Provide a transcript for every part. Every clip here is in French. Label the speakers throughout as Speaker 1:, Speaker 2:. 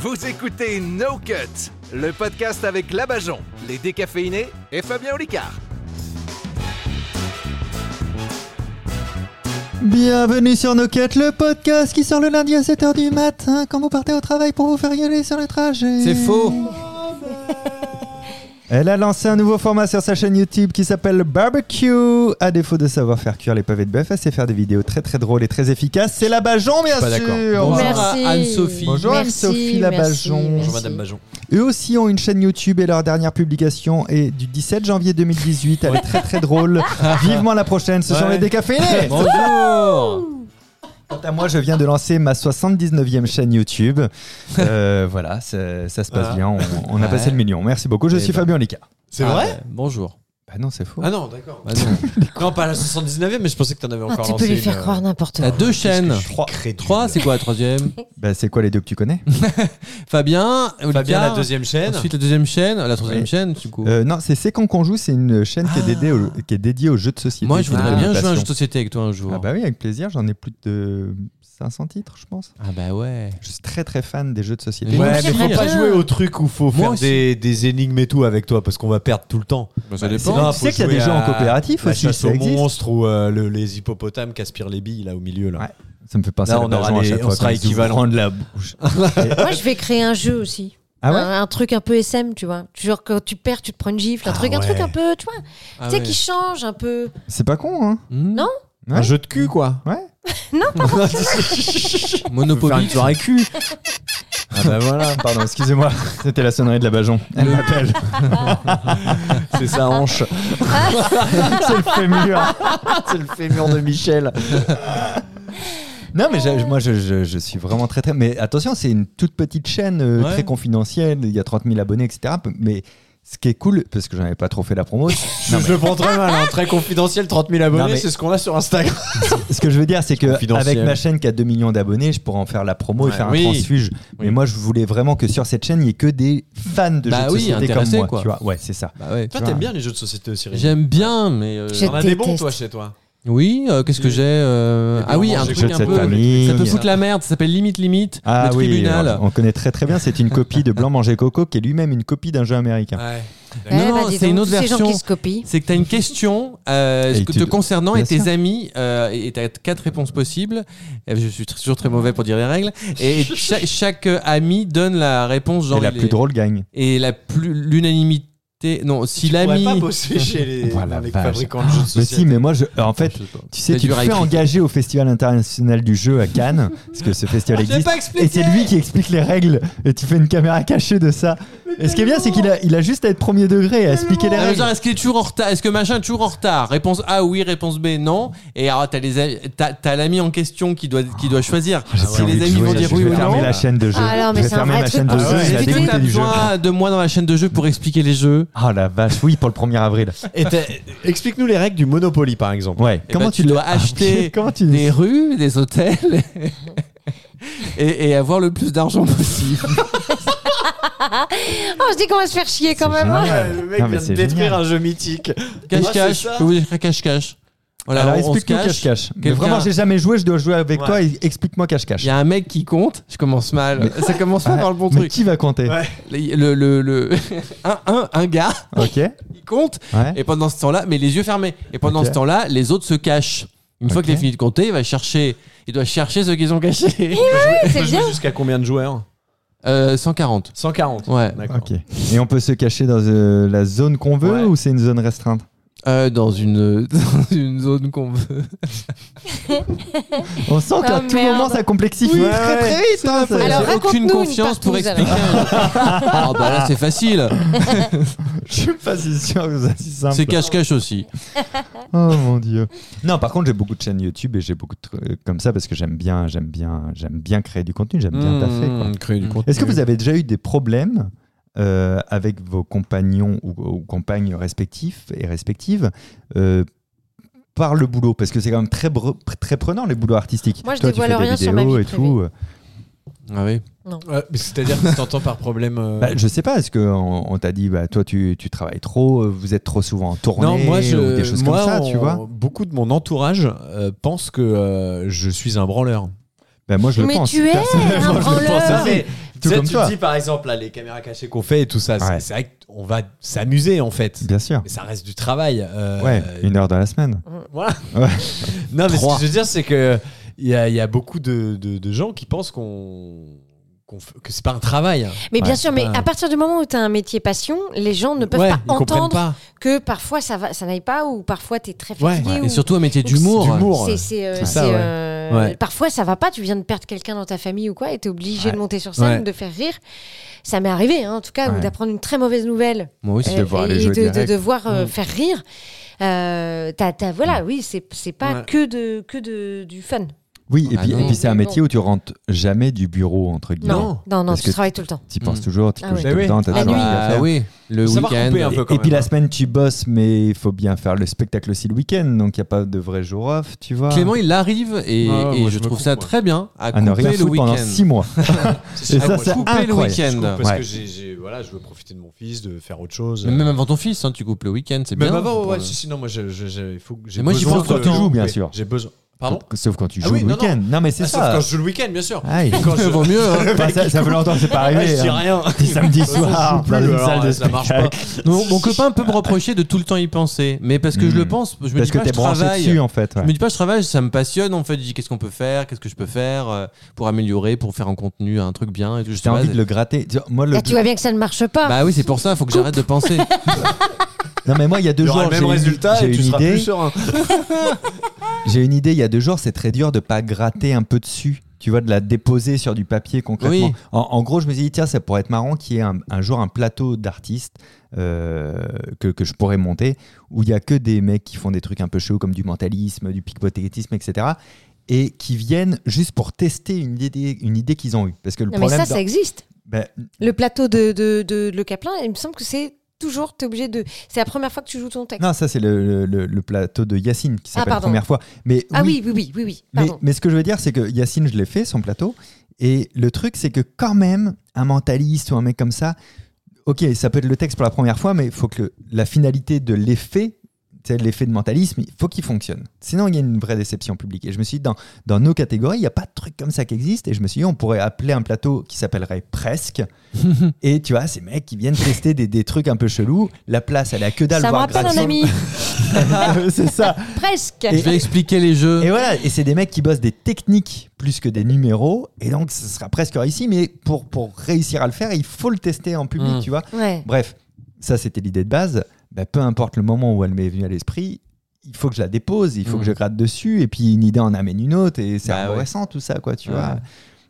Speaker 1: Vous écoutez No Cut, le podcast avec Labajon, les décaféinés et Fabien Olicard.
Speaker 2: Bienvenue sur No Cut, le podcast qui sort le lundi à 7h du matin quand vous partez au travail pour vous faire gueuler sur le trajet.
Speaker 3: C'est faux.
Speaker 2: Elle a lancé un nouveau format sur sa chaîne YouTube qui s'appelle Barbecue. À défaut de savoir faire cuire les pavés de bœuf, elle sait faire des vidéos très très drôles et très efficaces. C'est Labajon, bien
Speaker 3: Pas d'accord.
Speaker 2: sûr.
Speaker 3: Bonjour
Speaker 4: Merci.
Speaker 3: à Anne-Sophie.
Speaker 2: Bonjour
Speaker 4: Merci,
Speaker 2: Anne-Sophie
Speaker 4: merci,
Speaker 2: Labajon.
Speaker 4: merci.
Speaker 3: Bonjour Madame Bajon.
Speaker 2: Eux aussi ont une chaîne YouTube et leur dernière publication est du 17 janvier 2018. Elle est très très drôle. Vivement la prochaine, ce sont
Speaker 3: Ouais.
Speaker 2: les décaféinés.
Speaker 3: Bonjour
Speaker 2: Quant à moi, je viens de lancer ma 79e chaîne YouTube. Euh, voilà, ça, ça se passe
Speaker 3: Ah.
Speaker 2: bien. On, on a
Speaker 3: Ouais.
Speaker 2: passé le million. Merci beaucoup. Je
Speaker 3: Eh
Speaker 2: suis
Speaker 3: ben.
Speaker 2: Fabien Licard.
Speaker 3: C'est
Speaker 5: vrai
Speaker 3: Bonjour.
Speaker 2: Bah non, c'est faux.
Speaker 5: Ah non, d'accord.
Speaker 3: Ah non. non, pas la 79e, mais je pensais que t'en avais
Speaker 4: Ah,
Speaker 3: encore
Speaker 4: tu
Speaker 3: lancé
Speaker 4: peux lui
Speaker 3: une,
Speaker 4: faire
Speaker 3: euh,
Speaker 4: croire n'importe
Speaker 3: T'as
Speaker 4: quoi.
Speaker 3: deux chaînes.
Speaker 5: Trois. Crédule.
Speaker 3: Trois, c'est quoi la troisième
Speaker 2: Bah c'est quoi les deux que tu connais
Speaker 3: Fabien, Olivia,
Speaker 5: Fabien, la deuxième chaîne.
Speaker 3: Ensuite la deuxième chaîne, la troisième
Speaker 2: Oui.
Speaker 3: chaîne du coup.
Speaker 2: Euh, Non, c'est C'est quand qu'on joue. C'est une chaîne qui, est dédiée au- qui est dédiée aux jeux de société.
Speaker 3: Moi je
Speaker 2: C'est une
Speaker 3: voudrais bien jouer à un jeu
Speaker 2: présentation.
Speaker 3: de société avec toi un jour.
Speaker 2: Ah bah oui, avec plaisir. J'en ai plus de 500 titres, je pense.
Speaker 3: Ah bah ouais.
Speaker 2: Je suis très très fan des jeux de société.
Speaker 3: Ouais,
Speaker 5: Ouais, mais
Speaker 4: j'aimerais
Speaker 5: faut pas
Speaker 4: bien.
Speaker 5: jouer au truc où faut
Speaker 3: Moi
Speaker 5: faire
Speaker 3: aussi.
Speaker 5: des, des énigmes et tout avec toi parce qu'on va perdre tout le temps.
Speaker 3: ça
Speaker 2: dépend.
Speaker 3: dépend.
Speaker 2: tu sais qu'il y a des jeux
Speaker 5: gens
Speaker 2: en coopératif aussi,
Speaker 5: La chasse
Speaker 2: ça
Speaker 5: aux
Speaker 2: existe.
Speaker 5: monstres ou euh, le- les hippopotames qui aspirent les billes là au milieu là.
Speaker 2: Ouais. Bah, Ça me fait penser
Speaker 5: Là,
Speaker 2: à
Speaker 5: on aura
Speaker 2: l'argent à
Speaker 5: les-
Speaker 2: chaque
Speaker 5: on
Speaker 2: fois
Speaker 5: sera
Speaker 2: quand ils ouvrent
Speaker 5: équivalent.
Speaker 2: de la bouche.
Speaker 4: Moi, je vais créer un jeu aussi.
Speaker 2: Ah ouais
Speaker 4: un, un truc un peu SM, tu vois. Genre, quand tu perds, tu te prends une gifle. Un
Speaker 5: Ah
Speaker 4: truc, un
Speaker 5: ouais.
Speaker 4: truc un peu, tu vois.
Speaker 3: Ah
Speaker 4: tu sais,
Speaker 3: ouais.
Speaker 4: qui change un peu.
Speaker 2: C'est pas con, hein
Speaker 3: Hmm.
Speaker 4: Non.
Speaker 2: Ouais.
Speaker 5: Un jeu de cul quoi.
Speaker 3: Monopoly.
Speaker 5: soirée cul.
Speaker 2: Ah bah voilà, pardon, excusez-moi, c'était la sonnerie de la Bajon. Elle m'appelle,
Speaker 5: C'est sa hanche.
Speaker 2: c'est le fémur.
Speaker 5: C'est le fémur de Michel.
Speaker 2: Non mais j'ai- moi je, je- je suis vraiment très très... Mais attention, c'est une toute petite chaîne euh,
Speaker 3: Ouais.
Speaker 2: très confidentielle, il y a 30 000 abonnés, etc. Mais ce qui est cool, parce que j'en avais pas trop fait la promo,
Speaker 5: Je, je le prends très mal, hein. très confidentiel, 30 000 abonnés,
Speaker 2: Non, mais-
Speaker 5: c'est ce qu'on a sur Instagram.
Speaker 2: ce que je veux dire c'est que
Speaker 5: Confidentiel.
Speaker 2: avec ma chaîne qui a 2 millions d'abonnés, je pourrais en faire la promo et
Speaker 5: Ouais.
Speaker 2: faire
Speaker 3: Oui.
Speaker 2: un transfuge. Mais
Speaker 3: Oui.
Speaker 2: moi je voulais vraiment que sur cette chaîne, il y ait que des fans de
Speaker 3: Bah
Speaker 2: jeux de
Speaker 3: oui,
Speaker 2: société comme
Speaker 3: intéressés,
Speaker 2: moi.
Speaker 3: quoi.
Speaker 2: Tu vois ouais, c'est ça.
Speaker 3: Bah ouais.
Speaker 5: Toi,
Speaker 2: vois.
Speaker 5: t'aimes bien les jeux de société aussi, Rémi.
Speaker 3: J'aime bien mais euh,
Speaker 4: J'ai-
Speaker 5: T'en as des bons,
Speaker 4: déteste.
Speaker 5: toi, chez toi.
Speaker 3: oui, euh, qu'est-ce que j'ai euh,
Speaker 5: Et puis
Speaker 3: Ah
Speaker 5: on
Speaker 3: oui,
Speaker 5: mange
Speaker 3: un
Speaker 5: des
Speaker 3: truc
Speaker 2: Jeux de
Speaker 3: un
Speaker 2: cette
Speaker 3: peu
Speaker 2: famille.
Speaker 3: ça peut foutre la merde, ça s'appelle limite limite
Speaker 2: Ah
Speaker 3: le
Speaker 2: oui,
Speaker 3: tribunal.
Speaker 2: on, on connaît très très bien, c'est une copie de Blanc manger coco qui est lui-même une copie d'un jeu
Speaker 3: Ah,
Speaker 2: américain.
Speaker 5: Ouais.
Speaker 4: Eh,
Speaker 3: Non,
Speaker 4: bah,
Speaker 3: non,
Speaker 4: dis
Speaker 3: c'est
Speaker 4: donc,
Speaker 3: une autre
Speaker 4: tous Ces gens
Speaker 3: version.
Speaker 4: qui se copient.
Speaker 3: C'est que tu as une question euh,
Speaker 2: Et
Speaker 3: que-
Speaker 2: tu-
Speaker 3: te concernant
Speaker 2: bien
Speaker 3: et tes
Speaker 2: sûr.
Speaker 3: amis, euh, et tu as quatre réponses possibles. Euh, Je suis tr- toujours très mauvais pour dire les règles. Et cha- chaque euh, ami donne la réponse, genre.
Speaker 2: et la
Speaker 3: il
Speaker 2: plus
Speaker 3: est-
Speaker 2: drôle gagne.
Speaker 3: Et la plus. L'unanimité. Non, si
Speaker 5: On pourrait
Speaker 3: l'ami.
Speaker 5: pas bosser chez les,
Speaker 2: Oh, la
Speaker 5: les
Speaker 2: vache.
Speaker 5: fabricants de jeux de
Speaker 2: Mais
Speaker 5: société.
Speaker 2: si, mais moi, je, euh, en fait,
Speaker 3: Je sais pas.
Speaker 2: tu sais,
Speaker 3: C'est
Speaker 2: tu te
Speaker 3: dur à
Speaker 2: fais
Speaker 3: expliquer.
Speaker 2: engager au Festival international du jeu à Cannes, parce que ce festival
Speaker 3: Je l'ai
Speaker 2: existe.
Speaker 3: pas
Speaker 2: Et
Speaker 3: expliqué
Speaker 2: c'est lui qui explique les règles, et tu fais une caméra cachée de ça. Et ce qui est bien, c'est qu'il a, il a juste à être premier degré et à expliquer les
Speaker 3: Ah, mais
Speaker 2: règles.
Speaker 3: genre, Est-ce qu'il est toujours en retard Est-ce que machin est toujours en retard Réponse A, oui. Réponse B, non. Et alors, t'as les a- t'as- t'as l'ami en question qui doit, qui doit choisir.
Speaker 2: Ah, J'ai
Speaker 3: si
Speaker 2: plus envie
Speaker 3: Ah les
Speaker 2: de
Speaker 3: amis
Speaker 2: jouer,
Speaker 3: vont
Speaker 2: là,
Speaker 3: dire
Speaker 2: je
Speaker 3: oui
Speaker 2: vais
Speaker 3: ou
Speaker 2: fermer
Speaker 3: non.
Speaker 2: la chaîne de jeu.
Speaker 4: Ah, non, mais
Speaker 2: je vais
Speaker 4: c'est un
Speaker 2: fermer
Speaker 4: vrai
Speaker 2: ma
Speaker 4: truc.
Speaker 2: chaîne de
Speaker 4: Ah,
Speaker 2: jeu,
Speaker 4: ouais.
Speaker 2: il a
Speaker 3: Est-ce que
Speaker 2: dégoûté
Speaker 3: t'as
Speaker 2: du jeu.
Speaker 3: besoin de moi dans la chaîne de jeu pour expliquer les jeux
Speaker 2: Ah la vache, oui, pour le 1er avril.
Speaker 5: Et t'as- Explique-nous les règles du Monopoly, par exemple.
Speaker 2: Ouais.
Speaker 3: Eh ben, tu dois acheter
Speaker 2: Comment tu
Speaker 3: des rues, des hôtels et, et avoir le plus d'argent possible.
Speaker 4: Oh, je dis qu'on va se faire chier quand
Speaker 2: C'est
Speaker 4: même. hein.
Speaker 2: génial. Ouais,
Speaker 5: le mec
Speaker 2: non, mais
Speaker 5: vient de
Speaker 2: c'est
Speaker 5: détruire
Speaker 2: génial.
Speaker 5: un jeu mythique. Ah,
Speaker 3: Cache-cache,
Speaker 5: c'est ça.
Speaker 3: je peux vous écrire cache-cache. Voilà,
Speaker 2: Alors
Speaker 3: on, on se
Speaker 2: explique-nous
Speaker 3: cache.
Speaker 2: cache-cache. Mais
Speaker 3: Quelqu'un-
Speaker 2: Vraiment, j'ai jamais joué, je dois jouer avec
Speaker 5: Ouais.
Speaker 2: toi et explique-moi
Speaker 3: Il
Speaker 2: cache-cache.
Speaker 3: y a un mec qui compte, je commence mal. Ça commence pas
Speaker 2: Ouais,
Speaker 3: par le bon
Speaker 2: mais
Speaker 3: truc.
Speaker 2: qui va compter
Speaker 5: Ouais.
Speaker 3: Le, le, le- un, un, un gars,
Speaker 2: Ok. Ouais.
Speaker 3: il compte, et pendant ce temps-là, mais les yeux fermés. Et pendant
Speaker 2: Ok.
Speaker 3: ce temps-là, les autres se cachent. Une fois
Speaker 2: Ok.
Speaker 3: qu'il est fini de compter, il va chercher. Il doit chercher ce qu'ils ont caché.
Speaker 5: On
Speaker 4: c'est
Speaker 5: peut jouer
Speaker 4: bien.
Speaker 5: Jusqu'à combien de joueurs
Speaker 3: Euh, 140.
Speaker 5: 140.
Speaker 3: Ouais.
Speaker 5: D'accord.
Speaker 2: Ok. Et on peut se cacher dans euh, la zone qu'on veut
Speaker 5: Ouais.
Speaker 2: ou c'est une zone restreinte
Speaker 3: Euh, dans, une, dans une zone qu'on veut.
Speaker 2: On sent qu'à
Speaker 4: Oh,
Speaker 2: tout
Speaker 4: merde.
Speaker 2: moment ça complexifie
Speaker 5: Oui,
Speaker 2: très
Speaker 5: ouais.
Speaker 2: très vite. hein, ça-
Speaker 4: Alors,
Speaker 3: J'ai aucune
Speaker 4: raconte-nous une
Speaker 3: confiance pour
Speaker 4: partouze,
Speaker 3: expliquer. Ah bah là c'est facile.
Speaker 2: je suis pas si sûr que ça soit si simple.
Speaker 3: C'est cache-cache aussi.
Speaker 2: Oh mon dieu. Non, par contre, j'ai beaucoup de chaînes YouTube et j'ai beaucoup de trucs comme ça parce que j'aime bien, j'aime bien, j'aime bien créer du contenu, j'aime
Speaker 5: Hmm.
Speaker 2: bien taffer. quoi.
Speaker 5: Mmh,
Speaker 3: créer du contenu.
Speaker 2: Est-ce que vous avez déjà eu des problèmes euh, avec vos compagnons ou, ou compagnes respectifs et respectives euh, par le boulot Parce que c'est quand même très, bre- très prenant les boulots artistiques.
Speaker 4: Moi, je
Speaker 2: Toi, tu
Speaker 4: dévoile
Speaker 2: fais des
Speaker 4: rien sur ma
Speaker 2: vidéos
Speaker 4: vie
Speaker 2: et
Speaker 4: privée.
Speaker 2: tout. euh.
Speaker 3: Ah oui.
Speaker 5: Ouais, mais C'est-à-dire que t'entends par problème. euh,
Speaker 2: Bah, je sais pas, est-ce qu'on on, t'a dit, bah, toi, tu, tu travailles trop, euh, vous êtes trop souvent en tournée ou des choses
Speaker 5: moi,
Speaker 2: comme ça, tu
Speaker 5: on-
Speaker 2: vois
Speaker 5: Beaucoup de mon entourage euh, pense que euh, je suis un branleur.
Speaker 2: Bah, Moi, je le
Speaker 4: Mais
Speaker 2: pense.
Speaker 4: tu es un
Speaker 2: Personnellement, je le pense
Speaker 4: branleur.
Speaker 2: aussi. Tout
Speaker 5: tu sais,
Speaker 2: comme
Speaker 5: tu
Speaker 2: toi.
Speaker 5: te dis par exemple là, les caméras cachées qu'on fait et tout ça,
Speaker 2: Ouais.
Speaker 5: c'est, c'est vrai qu'on va s'amuser en fait.
Speaker 2: Bien sûr.
Speaker 5: Mais ça reste du travail. euh,
Speaker 2: Ouais, une heure dans la semaine.
Speaker 5: Voilà.
Speaker 2: Ouais.
Speaker 5: non, mais
Speaker 2: Trois.
Speaker 5: ce que je veux dire, c'est que il y a, il y a beaucoup de, de- de gens qui pensent qu'on, qu'on f- que c'est pas un travail. hein.
Speaker 4: Mais bien
Speaker 5: Ouais,
Speaker 4: sûr,
Speaker 5: c'est
Speaker 4: mais
Speaker 5: pas-
Speaker 4: à partir du moment où tu as un métier passion, les gens ne peuvent
Speaker 5: Ouais,
Speaker 4: pas
Speaker 5: ils comprennent
Speaker 4: entendre
Speaker 5: pas.
Speaker 4: que parfois ça va, ça n'aille pas ou parfois tu es très
Speaker 5: Ouais.
Speaker 4: fatigué.
Speaker 5: Ouais,
Speaker 4: ou-
Speaker 3: Et surtout un métier
Speaker 4: Donc, c'est
Speaker 3: d'humour.
Speaker 5: d'humour.
Speaker 4: C'est, c'est, euh,
Speaker 5: C'est ça,
Speaker 4: c'est,
Speaker 5: ouais.
Speaker 4: euh,
Speaker 5: Ouais.
Speaker 4: Parfois, ça va pas. Tu viens de perdre quelqu'un dans ta famille ou quoi, et t'es obligé de monter sur scène,
Speaker 5: Ouais.
Speaker 4: de faire rire. Ça m'est arrivé, hein, en tout cas,
Speaker 2: Ouais.
Speaker 4: d'apprendre une très mauvaise nouvelle
Speaker 3: Moi aussi.
Speaker 2: C'est de voir les
Speaker 4: et et
Speaker 2: jeux
Speaker 4: de, de
Speaker 2: directs.
Speaker 4: devoir euh,
Speaker 3: Mm.
Speaker 4: faire rire. Euh, t'as- t'as- voilà,
Speaker 2: Mm.
Speaker 4: oui, c'est, c'est pas
Speaker 5: Ouais.
Speaker 4: que de que de du fun.
Speaker 2: Oui, et
Speaker 3: Ah
Speaker 2: puis,
Speaker 3: non.
Speaker 2: et puis c'est un
Speaker 4: Mais
Speaker 2: métier où tu rentres jamais du bureau, entre guillemets.
Speaker 5: Non.
Speaker 4: Non, non,
Speaker 2: Parce
Speaker 4: tu
Speaker 2: que-
Speaker 4: travailles tout le temps.
Speaker 2: Tu y
Speaker 3: Mm.
Speaker 2: penses toujours, tu te
Speaker 4: Ah
Speaker 2: couches
Speaker 4: ouais.
Speaker 2: tout
Speaker 5: Bah
Speaker 2: le
Speaker 5: oui.
Speaker 2: temps, t'as
Speaker 4: La
Speaker 2: toujours
Speaker 4: nuit.
Speaker 2: un truc à
Speaker 3: Ah
Speaker 2: faire.
Speaker 3: oui, le
Speaker 5: Faut savoir
Speaker 3: week-end.
Speaker 5: couper un peu quand
Speaker 2: Et puis
Speaker 5: même,
Speaker 2: la
Speaker 5: hein.
Speaker 2: semaine, tu bosses, mais il faut bien faire le spectacle aussi le week-end, donc il n'y a pas de vrai jour off, tu
Speaker 4: Ah.
Speaker 2: vois.
Speaker 3: Clément, il arrive et,
Speaker 5: Ouais, ouais,
Speaker 3: et
Speaker 5: moi,
Speaker 3: je
Speaker 5: je me
Speaker 3: trouve
Speaker 5: coupe,
Speaker 3: ça
Speaker 5: moi.
Speaker 3: très bien à
Speaker 2: à ne rien
Speaker 3: couper le
Speaker 2: foutre pendant six
Speaker 3: week-end.
Speaker 2: mois. Et ça,
Speaker 5: moi,
Speaker 2: c'est
Speaker 5: je coupe
Speaker 3: Couper le
Speaker 2: incroyable.
Speaker 5: Je
Speaker 3: week-end.
Speaker 5: coupe parce
Speaker 2: Ouais.
Speaker 5: que j'ai, j'ai- voilà, je veux profiter de mon fils, de faire autre chose.
Speaker 3: Mais même avant ton fils, hein, tu coupes le week-end, c'est bien.
Speaker 5: Même avant,
Speaker 3: pour
Speaker 5: ouais,
Speaker 3: le-
Speaker 2: euh,
Speaker 5: si, si, non, moi, je, je- je- il faut que j'ai
Speaker 3: Mais moi, j'y
Speaker 5: besoin de-
Speaker 3: pense tout le
Speaker 2: temps. Tu joues, bien
Speaker 5: Oui,
Speaker 2: sûr.
Speaker 5: J'ai besoin. Pardon
Speaker 2: Sauf- Sauf quand tu
Speaker 5: Ah
Speaker 2: joues
Speaker 5: oui,
Speaker 2: le
Speaker 5: non, non.
Speaker 2: week-end. Non, mais c'est
Speaker 5: Ah, sauf
Speaker 2: ça. Ah,
Speaker 5: quand je joue le week-end, bien sûr.
Speaker 2: Aïe.
Speaker 5: Quand je-
Speaker 3: Vaut mieux. hein.
Speaker 2: Enfin, ça, ça fait longtemps que c'est pas
Speaker 5: Ouais,
Speaker 2: arrivé.
Speaker 5: je dis
Speaker 2: hein.
Speaker 5: rien.
Speaker 2: Petit samedi
Speaker 5: façon,
Speaker 2: soir
Speaker 5: je
Speaker 2: dans une
Speaker 5: joue plus,
Speaker 2: salle
Speaker 5: alors,
Speaker 2: de
Speaker 5: Ah, ça marche
Speaker 2: spectacle.
Speaker 3: Mon, mon copain peut me reprocher de tout le temps y penser, mais parce que je
Speaker 2: Hmm.
Speaker 3: le pense, je me
Speaker 2: Parce
Speaker 3: dis
Speaker 2: que
Speaker 3: pas
Speaker 2: t'es
Speaker 3: je
Speaker 2: branché
Speaker 3: travaille.
Speaker 2: dessus, en fait. ouais.
Speaker 3: Je me dis pas je travaille, ça me passionne en fait. Je dis qu'est-ce qu'on peut faire, qu'est-ce que je peux faire euh, pour améliorer, pour faire un contenu, un truc bien. Et tout. Je sais
Speaker 2: T'as
Speaker 3: pas,
Speaker 2: envie
Speaker 3: c'est-
Speaker 2: de le gratter. Tu vois, Moi, le...
Speaker 4: Là, Bah, tu vois bien que ça ne marche pas.
Speaker 3: Bah oui, c'est pour ça, faut que j'arrête de penser.
Speaker 2: Non, mais moi, il y a deux
Speaker 5: Il y aura
Speaker 2: jours,
Speaker 5: le
Speaker 2: j'ai
Speaker 5: même
Speaker 2: une-
Speaker 5: résultat
Speaker 2: j'ai
Speaker 5: et
Speaker 2: une
Speaker 5: tu seras
Speaker 2: idée.
Speaker 5: plus serein.
Speaker 2: J'ai une idée, il y a deux jours, c'est très dur de pas gratter un peu dessus. Tu vois, de la déposer sur du papier concrètement.
Speaker 3: Oui.
Speaker 2: En, en gros, je me suis dit, tiens, ça pourrait être marrant qu'il y ait un, un jour un plateau d'artistes euh, que, que je pourrais monter où il y a que des mecs qui font des trucs un peu chauds comme du mentalisme, du pickpocketisme, etc. Et qui viennent juste pour tester une idée, une idée qu'ils ont eue. Parce que le
Speaker 4: non, mais
Speaker 2: problème.
Speaker 4: ça, ça
Speaker 2: dans-
Speaker 4: existe.
Speaker 2: Ben,
Speaker 4: Le plateau de de, de Le Caplin, il me semble que c'est toujours t'es obligé de. C'est la première fois que tu joues ton texte.
Speaker 2: non, ça, c'est le, le- le plateau de Yacine qui
Speaker 4: Ah,
Speaker 2: s'appelle
Speaker 4: pardon.
Speaker 2: Première fois. Mais
Speaker 4: ah oui, oui, oui, oui, oui.
Speaker 2: Mais,
Speaker 4: Pardon.
Speaker 2: mais ce que je veux dire, c'est que Yacine, je l'ai fait, son plateau. Et le truc, c'est que quand même, un mentaliste ou un mec comme ça, ok, ça peut être le texte pour la première fois, mais il faut que le- la finalité de l'effet, tu sais, l'effet de mentalisme, il faut qu'il fonctionne. Sinon, il y a une vraie déception publique. Et je me suis dit, dans, dans nos catégories, il n'y a pas de truc comme ça qui existe. Et je me suis dit, on pourrait appeler un plateau qui s'appellerait Presque. et tu vois, ces mecs qui viennent tester des, des trucs un peu chelous. La place, elle a que dalle.
Speaker 4: ça me
Speaker 2: voire
Speaker 4: rappelle un
Speaker 2: gratuite.
Speaker 4: ami.
Speaker 2: Ah, c'est ça.
Speaker 4: Presque.
Speaker 3: Je vais expliquer les jeux.
Speaker 2: Et voilà, et c'est des mecs qui bossent des techniques plus que des numéros, et donc ce sera presque réussi, mais pour, pour réussir à le faire, il faut le tester en public,
Speaker 3: Mm.
Speaker 2: tu vois.
Speaker 4: Ouais.
Speaker 2: Bref, ça c'était l'idée de base. Bah, peu importe le moment où elle m'est venue à l'esprit, il faut que je la dépose, il faut
Speaker 3: Mm.
Speaker 2: que je gratte dessus, et puis une idée en amène une autre, et c'est
Speaker 3: Bah ouais.
Speaker 2: intéressant tout ça, quoi, tu
Speaker 3: Ouais.
Speaker 2: vois.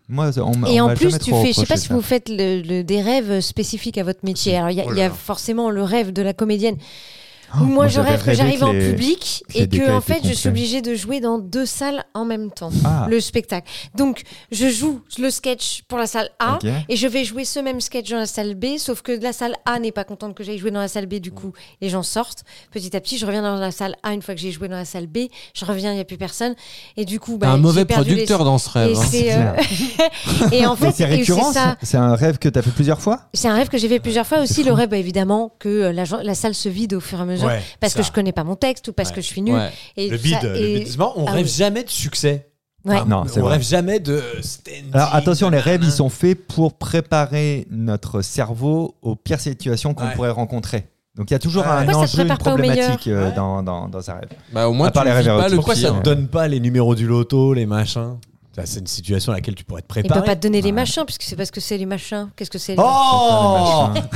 Speaker 2: Moi, on m'a-
Speaker 4: Et
Speaker 2: on
Speaker 4: en
Speaker 2: m'a
Speaker 4: plus,
Speaker 2: jamais
Speaker 4: tu
Speaker 2: trop
Speaker 4: fais, je sais pas
Speaker 2: reproché
Speaker 4: si
Speaker 2: ça.
Speaker 4: vous faites le- le- des rêves spécifiques à votre métier. Alors, il y, a-
Speaker 5: Oh là
Speaker 4: il y a
Speaker 5: là.
Speaker 4: forcément le rêve de la comédienne.
Speaker 2: Oh,
Speaker 4: où moi, je
Speaker 2: j'avais
Speaker 4: rêve que
Speaker 2: rêvé
Speaker 4: j'arrive en
Speaker 2: les-
Speaker 4: public
Speaker 2: que les
Speaker 4: et que,
Speaker 2: DK
Speaker 4: en
Speaker 2: étaient
Speaker 4: fait, je suis
Speaker 2: complets.
Speaker 4: obligée de jouer dans deux salles en même temps.
Speaker 2: Ah,
Speaker 4: Le spectacle. Donc, je joue le sketch pour la salle A.
Speaker 2: ok.
Speaker 4: Et je vais jouer ce même sketch dans la salle B, sauf que la salle A n'est pas contente que j'aille jouer dans la salle B, du coup, les gens sortent. Petit à petit, je reviens dans la salle A une fois que j'ai joué dans la salle B, je reviens, il n'y a plus personne. Et du coup,
Speaker 3: T'es
Speaker 4: bah,
Speaker 3: un
Speaker 4: j'ai
Speaker 3: mauvais
Speaker 4: perdu les-
Speaker 3: producteur dans ce
Speaker 4: Et,
Speaker 3: rêve. hein.
Speaker 4: c'est,
Speaker 2: clair.
Speaker 4: euh, et en
Speaker 2: Mais
Speaker 4: fait,
Speaker 2: c'est
Speaker 4: et
Speaker 2: récurrent,
Speaker 4: ça.
Speaker 2: ça c'est un rêve que tu as fait plusieurs fois
Speaker 4: C'est un rêve que j'ai fait plusieurs fois aussi,
Speaker 2: fou.
Speaker 4: le rêve bah, évidemment que euh, la, gen- la salle se vide au fur et à mesure
Speaker 5: Ouais,
Speaker 4: parce que
Speaker 5: ça.
Speaker 4: je connais pas mon texte ou parce
Speaker 5: Ouais.
Speaker 4: que je suis nulle.
Speaker 3: Ouais.
Speaker 4: Et
Speaker 5: Le
Speaker 4: ça-
Speaker 5: bide,
Speaker 4: et-
Speaker 5: le bide. Justement, On
Speaker 4: Ah
Speaker 5: rêve
Speaker 4: oui.
Speaker 5: jamais de succès.
Speaker 4: Ouais.
Speaker 5: Enfin,
Speaker 2: Non, c'est
Speaker 5: on
Speaker 2: vrai.
Speaker 5: rêve jamais de standing.
Speaker 2: Alors attention, les rêves,
Speaker 5: nanana.
Speaker 2: ils sont faits pour préparer notre cerveau aux pires situations qu'on
Speaker 5: Ouais.
Speaker 2: pourrait rencontrer. Donc il y a toujours
Speaker 5: Ouais.
Speaker 2: un
Speaker 4: Pourquoi ça
Speaker 2: enjeu,
Speaker 4: te
Speaker 2: une
Speaker 4: prépare pas au
Speaker 2: problématique euh,
Speaker 5: meilleur
Speaker 2: dans, dans, dans un rêve.
Speaker 3: Bah au moins
Speaker 2: À part
Speaker 3: tu
Speaker 2: les
Speaker 3: vis
Speaker 2: rêves
Speaker 3: pas
Speaker 2: érotiques.
Speaker 3: le
Speaker 5: Pourquoi
Speaker 3: pire.
Speaker 5: ça ne donne pas les numéros du loto, les machins Ça, C'est une situation à laquelle tu pourrais te
Speaker 4: Il peut
Speaker 5: préparer.
Speaker 4: pas te donner les machins puisque c'est parce que c'est les machins. Qu'est-ce que c'est les machins
Speaker 5: Oh
Speaker 2: Machin.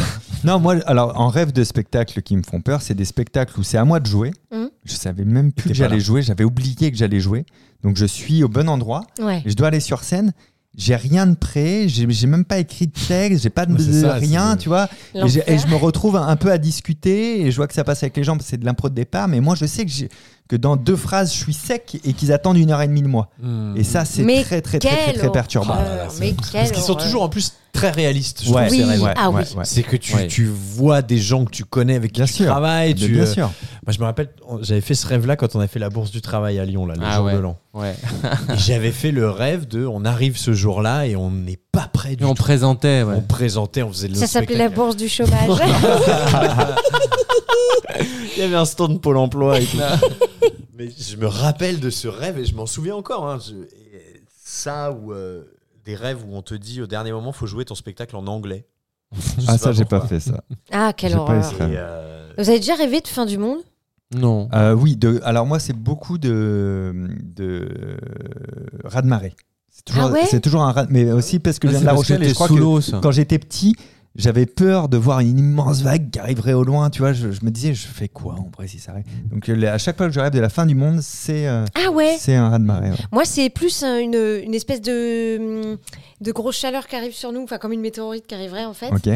Speaker 2: non, moi, alors en rêve de spectacles qui me font peur, c'est des spectacles où c'est à moi de jouer.
Speaker 4: Mhm.
Speaker 2: Je savais même plus que
Speaker 5: T'es pas
Speaker 2: j'allais
Speaker 5: là.
Speaker 2: jouer, j'avais oublié que j'allais jouer. Donc je suis au bon endroit,
Speaker 4: Ouais.
Speaker 2: je dois aller sur scène. J'ai rien de prêt, j'ai j'ai même pas écrit de texte, j'ai pas de
Speaker 5: Ouais, c'est ça,
Speaker 2: rien,
Speaker 5: c'est-
Speaker 2: tu vois. Et, j'ai- et je me retrouve un, un peu à discuter et je vois que ça passe avec les gens, parce que c'est de l'impro de départ, mais moi je sais que, j'ai- que dans deux phrases je suis sec et qu'ils attendent une heure et demie de moi.
Speaker 5: Hmm.
Speaker 2: Et ça c'est
Speaker 4: Mais
Speaker 2: très très très très,
Speaker 4: quelle
Speaker 2: très perturbant.
Speaker 4: horreur,
Speaker 5: Ah là là, c'est-
Speaker 4: mais
Speaker 5: Parce
Speaker 4: quelle
Speaker 5: qu'ils sont
Speaker 4: horreur.
Speaker 5: toujours en plus très réalistes. je
Speaker 2: Ouais,
Speaker 5: trouve, ces
Speaker 4: Oui,
Speaker 5: rêves.
Speaker 4: ah oui.
Speaker 2: ouais.
Speaker 5: C'est que tu,
Speaker 3: Ouais.
Speaker 5: tu vois des gens que tu connais avec qui
Speaker 2: Bien
Speaker 5: tu
Speaker 2: sûr.
Speaker 5: travailles.
Speaker 2: Mais
Speaker 5: Tu,
Speaker 2: bien
Speaker 5: euh,
Speaker 2: sûr.
Speaker 5: Moi, je me rappelle, on- j'avais fait ce rêve-là quand on a fait la bourse du travail à Lyon, là, le
Speaker 3: Ah
Speaker 5: jour
Speaker 3: ouais.
Speaker 5: de l'an.
Speaker 3: Ouais.
Speaker 5: Et J'avais fait le rêve de on arrive ce jour-là et on n'est pas prêt
Speaker 3: Et
Speaker 5: du
Speaker 3: on
Speaker 5: tout.
Speaker 3: présentait. Ouais.
Speaker 5: On présentait, on faisait le
Speaker 4: Ça s'appelait la
Speaker 5: spectacle.
Speaker 4: bourse du chômage.
Speaker 5: Il y avait un stand Pôle emploi et tout. Mais je me rappelle de ce rêve et je m'en souviens encore. hein. Je- et ça ou euh,
Speaker 6: des rêves où on te dit au dernier moment, faut jouer ton spectacle en anglais. Je
Speaker 2: Ah,
Speaker 6: sais
Speaker 2: ça, j'ai pas
Speaker 6: pourquoi.
Speaker 2: fait ça.
Speaker 4: Ah, quelle
Speaker 2: J'ai pas
Speaker 4: horreur.
Speaker 2: essayé.
Speaker 6: Et, euh,
Speaker 4: Vous avez déjà rêvé de fin du monde
Speaker 3: Non.
Speaker 2: Euh, oui, de, alors moi, c'est beaucoup de, de raz de marée. C'est toujours,
Speaker 4: Ah ouais
Speaker 2: c'est toujours un raz mais aussi parce que je
Speaker 3: Là,
Speaker 2: viens
Speaker 3: Ah, c'est
Speaker 2: de La Rochelle
Speaker 3: parce que
Speaker 2: et
Speaker 3: t'es
Speaker 2: je crois
Speaker 3: sous
Speaker 2: que
Speaker 3: l'eau, ça.
Speaker 2: quand j'étais petit, j'avais peur de voir une immense vague qui arriverait au loin, tu vois. Je, je me disais, je fais quoi en vrai si ça arrive Donc euh, à chaque fois que je rêve de la fin du monde, c'est euh,
Speaker 4: Ah ouais
Speaker 2: c'est un raz de marée. ouais.
Speaker 4: Moi, c'est plus euh, une, une espèce de, hum, de grosse chaleur qui arrive sur nous, enfin comme une météorite qui arriverait en fait.
Speaker 2: Ok.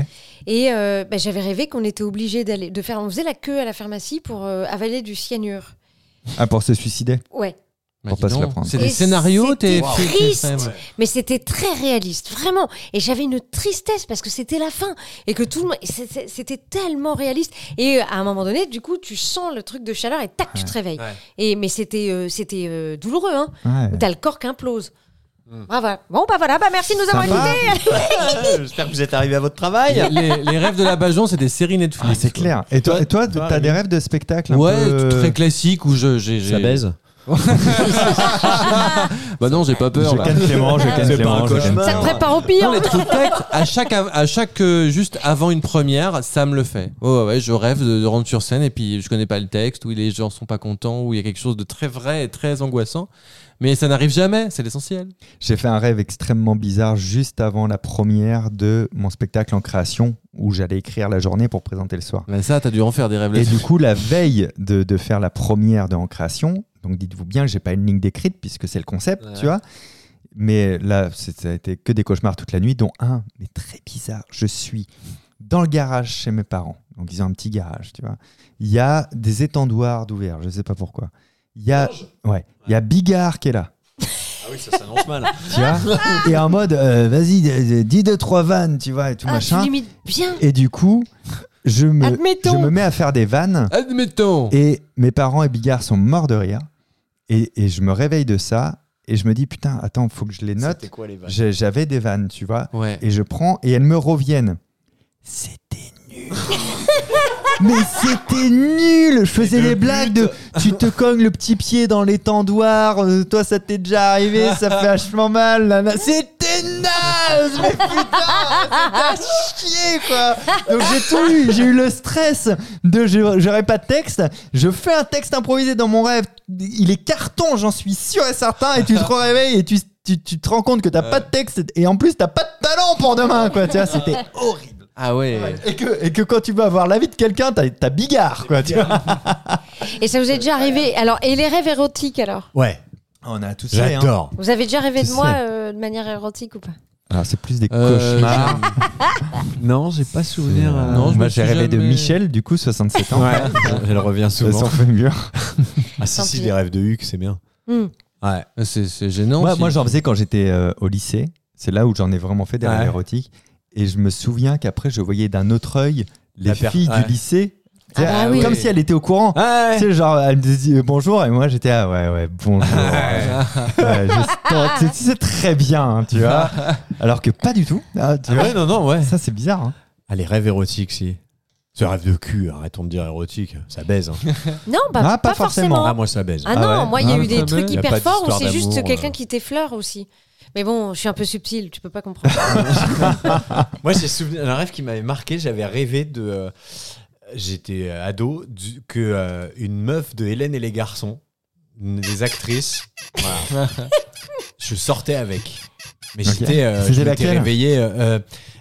Speaker 4: Et euh, bah, j'avais rêvé qu'on était obligé d'aller, de faire, on faisait la queue à la pharmacie pour euh, avaler du cyanure.
Speaker 2: Ah, pour se suicider
Speaker 4: Ouais.
Speaker 3: Bah,
Speaker 2: Pour
Speaker 3: dis
Speaker 2: pas se
Speaker 3: donc.
Speaker 2: la prendre.
Speaker 3: C'est des
Speaker 4: Et
Speaker 3: scénarios,
Speaker 4: c'était
Speaker 3: t'es t'es- t'es-
Speaker 4: triste.
Speaker 3: t'es- t'es-
Speaker 4: Mais c'était très réaliste, vraiment. Et j'avais une tristesse parce que c'était la fin et que tout le monde, c'est- c'est- c'était tellement réaliste. Et euh, à un moment donné, du coup, tu sens le truc de chaleur et tac, tu te réveilles.
Speaker 5: Ouais.
Speaker 4: Et mais c'était, euh, c'était euh, douloureux. Hein.
Speaker 2: Ouais.
Speaker 4: T'as le corps qui implose. Ah, voilà. Bon, bah voilà. Bah merci de nous avoir
Speaker 2: Sympa.
Speaker 4: écoutés.
Speaker 6: J'espère que vous êtes arrivé à votre travail.
Speaker 3: Les, les- les rêves de la Bajon, c'est des séries Netflix.
Speaker 2: Ah, c'est
Speaker 3: quoi.
Speaker 2: clair. Et toi,
Speaker 5: Toi-
Speaker 2: et toi,
Speaker 5: toi,
Speaker 2: t'as des
Speaker 5: Rémi
Speaker 2: rêves de spectacle un
Speaker 3: Ouais,
Speaker 2: peu- euh,
Speaker 3: très classique où je j'ai. j'ai- Bah non, j'ai pas peur.
Speaker 2: Je
Speaker 3: là.
Speaker 2: canne Clément, je canne
Speaker 6: C'est pas
Speaker 2: Clément,
Speaker 6: un
Speaker 2: je canne
Speaker 6: cauchemar.
Speaker 4: Ça
Speaker 2: Clément.
Speaker 4: te prépare au
Speaker 3: Non,
Speaker 4: pire. hein.
Speaker 3: les trous de tête, à chaque, av- à chaque euh, juste avant une première, ça me le fait. Ouais, ouais, ouais, je rêve de, de rentrer sur scène et puis je connais pas le texte, où les gens sont pas contents, où il y a quelque chose de très vrai et très angoissant. Mais ça n'arrive jamais, c'est l'essentiel.
Speaker 2: J'ai fait un rêve extrêmement bizarre juste avant la première de mon spectacle en création où j'allais écrire la journée pour présenter le soir.
Speaker 3: Mais ça, t'as dû en faire des rêves
Speaker 2: Et
Speaker 3: là-dessus.
Speaker 2: du coup, la veille de, de faire la première de en création, donc dites-vous bien que j'ai pas une ligne d'écrite puisque c'est le concept,
Speaker 5: Ouais.
Speaker 2: tu vois. Mais là, c'est- ça a été que des cauchemars toute la nuit, dont un, mais très bizarre. Je suis dans le garage chez mes parents, donc ils ont un petit garage, tu vois. Il y a des étendoirs d'ouvert, je sais pas pourquoi. Il y a,
Speaker 5: Ah
Speaker 2: ouais, il y a Bigard qui est là.
Speaker 6: Ah oui, ça s'annonce mal.
Speaker 2: tu vois et en mode euh, vas-y d- d- dis deux trois vannes tu vois et tout
Speaker 4: Ah, tu
Speaker 2: machin
Speaker 4: limites bien.
Speaker 2: et du coup je me
Speaker 4: Admettons.
Speaker 2: je me mets à faire des vannes
Speaker 3: Admettons.
Speaker 2: et mes parents et Bigard sont morts de rire et, et je me réveille de ça et je me dis putain attends faut que je les note
Speaker 6: C'était quoi les vannes
Speaker 2: J'ai- j'avais des vannes tu vois
Speaker 3: Ouais.
Speaker 2: et je prends et elles me reviennent c'était nul Mais c'était nul! Je faisais
Speaker 6: deux
Speaker 2: des blagues de tu te cognes le petit pied dans l'étendoir, euh, toi ça t'est déjà arrivé, ça fait vachement mal. nana. C'était naze! Mais putain, c'était chier quoi! Donc j'ai tout eu, j'ai eu le stress de je- j'aurais pas de texte, je fais un texte improvisé dans mon rêve, il est carton, j'en suis sûr et certain, et tu te réveilles et tu, tu, tu te rends compte que t'as pas de texte et en plus t'as pas de talent pour demain quoi, tu vois, c'était horrible.
Speaker 3: Ah ouais.
Speaker 2: Et que, et que quand tu vas avoir l'avis de quelqu'un, t'as t'as bigard quoi, tu vois.
Speaker 4: Et ça vous est déjà arrivé. Alors, et les rêves érotiques alors
Speaker 5: Ouais,
Speaker 2: On a tous ça.
Speaker 5: j'adore.
Speaker 4: Vous avez déjà rêvé
Speaker 2: Tu
Speaker 4: de moi
Speaker 2: sais.
Speaker 4: euh, de manière érotique ou pas
Speaker 2: Alors Ah, c'est plus des
Speaker 3: Euh,
Speaker 2: cauchemars.
Speaker 5: Non, j'ai pas souvenir.
Speaker 2: Euh,
Speaker 3: non, je
Speaker 2: moi
Speaker 3: me
Speaker 2: j'ai
Speaker 3: suis
Speaker 2: rêvé de
Speaker 3: jamais-
Speaker 2: Michel, du coup 67 ans.
Speaker 5: Ouais, elle revient
Speaker 2: Ça
Speaker 5: souvent.
Speaker 2: s'en fait mieux.
Speaker 5: Ah si,
Speaker 4: Tant
Speaker 5: si,
Speaker 4: pis.
Speaker 5: les rêves de Hugues, c'est bien.
Speaker 4: Hmm.
Speaker 5: Ouais.
Speaker 3: C'est c'est gênant.
Speaker 2: Moi,
Speaker 3: si-
Speaker 2: moi j'en faisais quand j'étais euh, au lycée. C'est là où j'en ai vraiment fait des rêves
Speaker 5: Ouais.
Speaker 2: érotiques. Et je me souviens qu'après, je voyais d'un autre œil les
Speaker 5: La per-
Speaker 2: filles
Speaker 5: ouais.
Speaker 2: du lycée.
Speaker 4: Ah bah
Speaker 2: C'est-à-dire,
Speaker 4: oui.
Speaker 2: Comme si elle était au courant.
Speaker 3: Ah
Speaker 2: Tu sais, genre, elle me disait euh, bonjour et moi j'étais ah ouais, ouais, bonjour. Ouais, je- non, tu- tu sais très bien, hein, tu vois. Alors que pas du tout. Ah, tu
Speaker 5: Ah
Speaker 2: vois.
Speaker 5: ouais, non, non, ouais.
Speaker 2: Ça, c'est bizarre. hein.
Speaker 5: Ah, les rêves érotiques, si. Ce rêve de cul, arrêtons de dire érotique, ça baise. hein.
Speaker 4: Non, bah,
Speaker 2: Ah,
Speaker 4: pas, forcément.
Speaker 5: Ah, moi ça baise.
Speaker 4: Ah,
Speaker 2: Ah
Speaker 4: non,
Speaker 2: ouais.
Speaker 4: moi il y a
Speaker 3: Ah,
Speaker 4: eu
Speaker 3: ça
Speaker 4: des
Speaker 3: va.
Speaker 4: trucs
Speaker 5: Y a
Speaker 4: hyper
Speaker 5: pas
Speaker 4: forts où
Speaker 5: d'histoire
Speaker 4: c'est juste
Speaker 5: d'amour,
Speaker 4: quelqu'un
Speaker 5: euh.
Speaker 4: qui t'effleure aussi. Mais bon, je suis un peu subtil, tu peux pas comprendre.
Speaker 5: Moi, j'ai souvenir d'un rêve qui m'avait marqué. J'avais rêvé de. euh, J'étais euh, ado, du- que euh, une meuf de Hélène et les garçons, une des actrices, voilà, je sortais avec. Mais
Speaker 2: Ok.
Speaker 5: j'étais. euh,
Speaker 2: C'était
Speaker 5: je m'étais
Speaker 2: laquelle
Speaker 5: réveillé. euh, euh,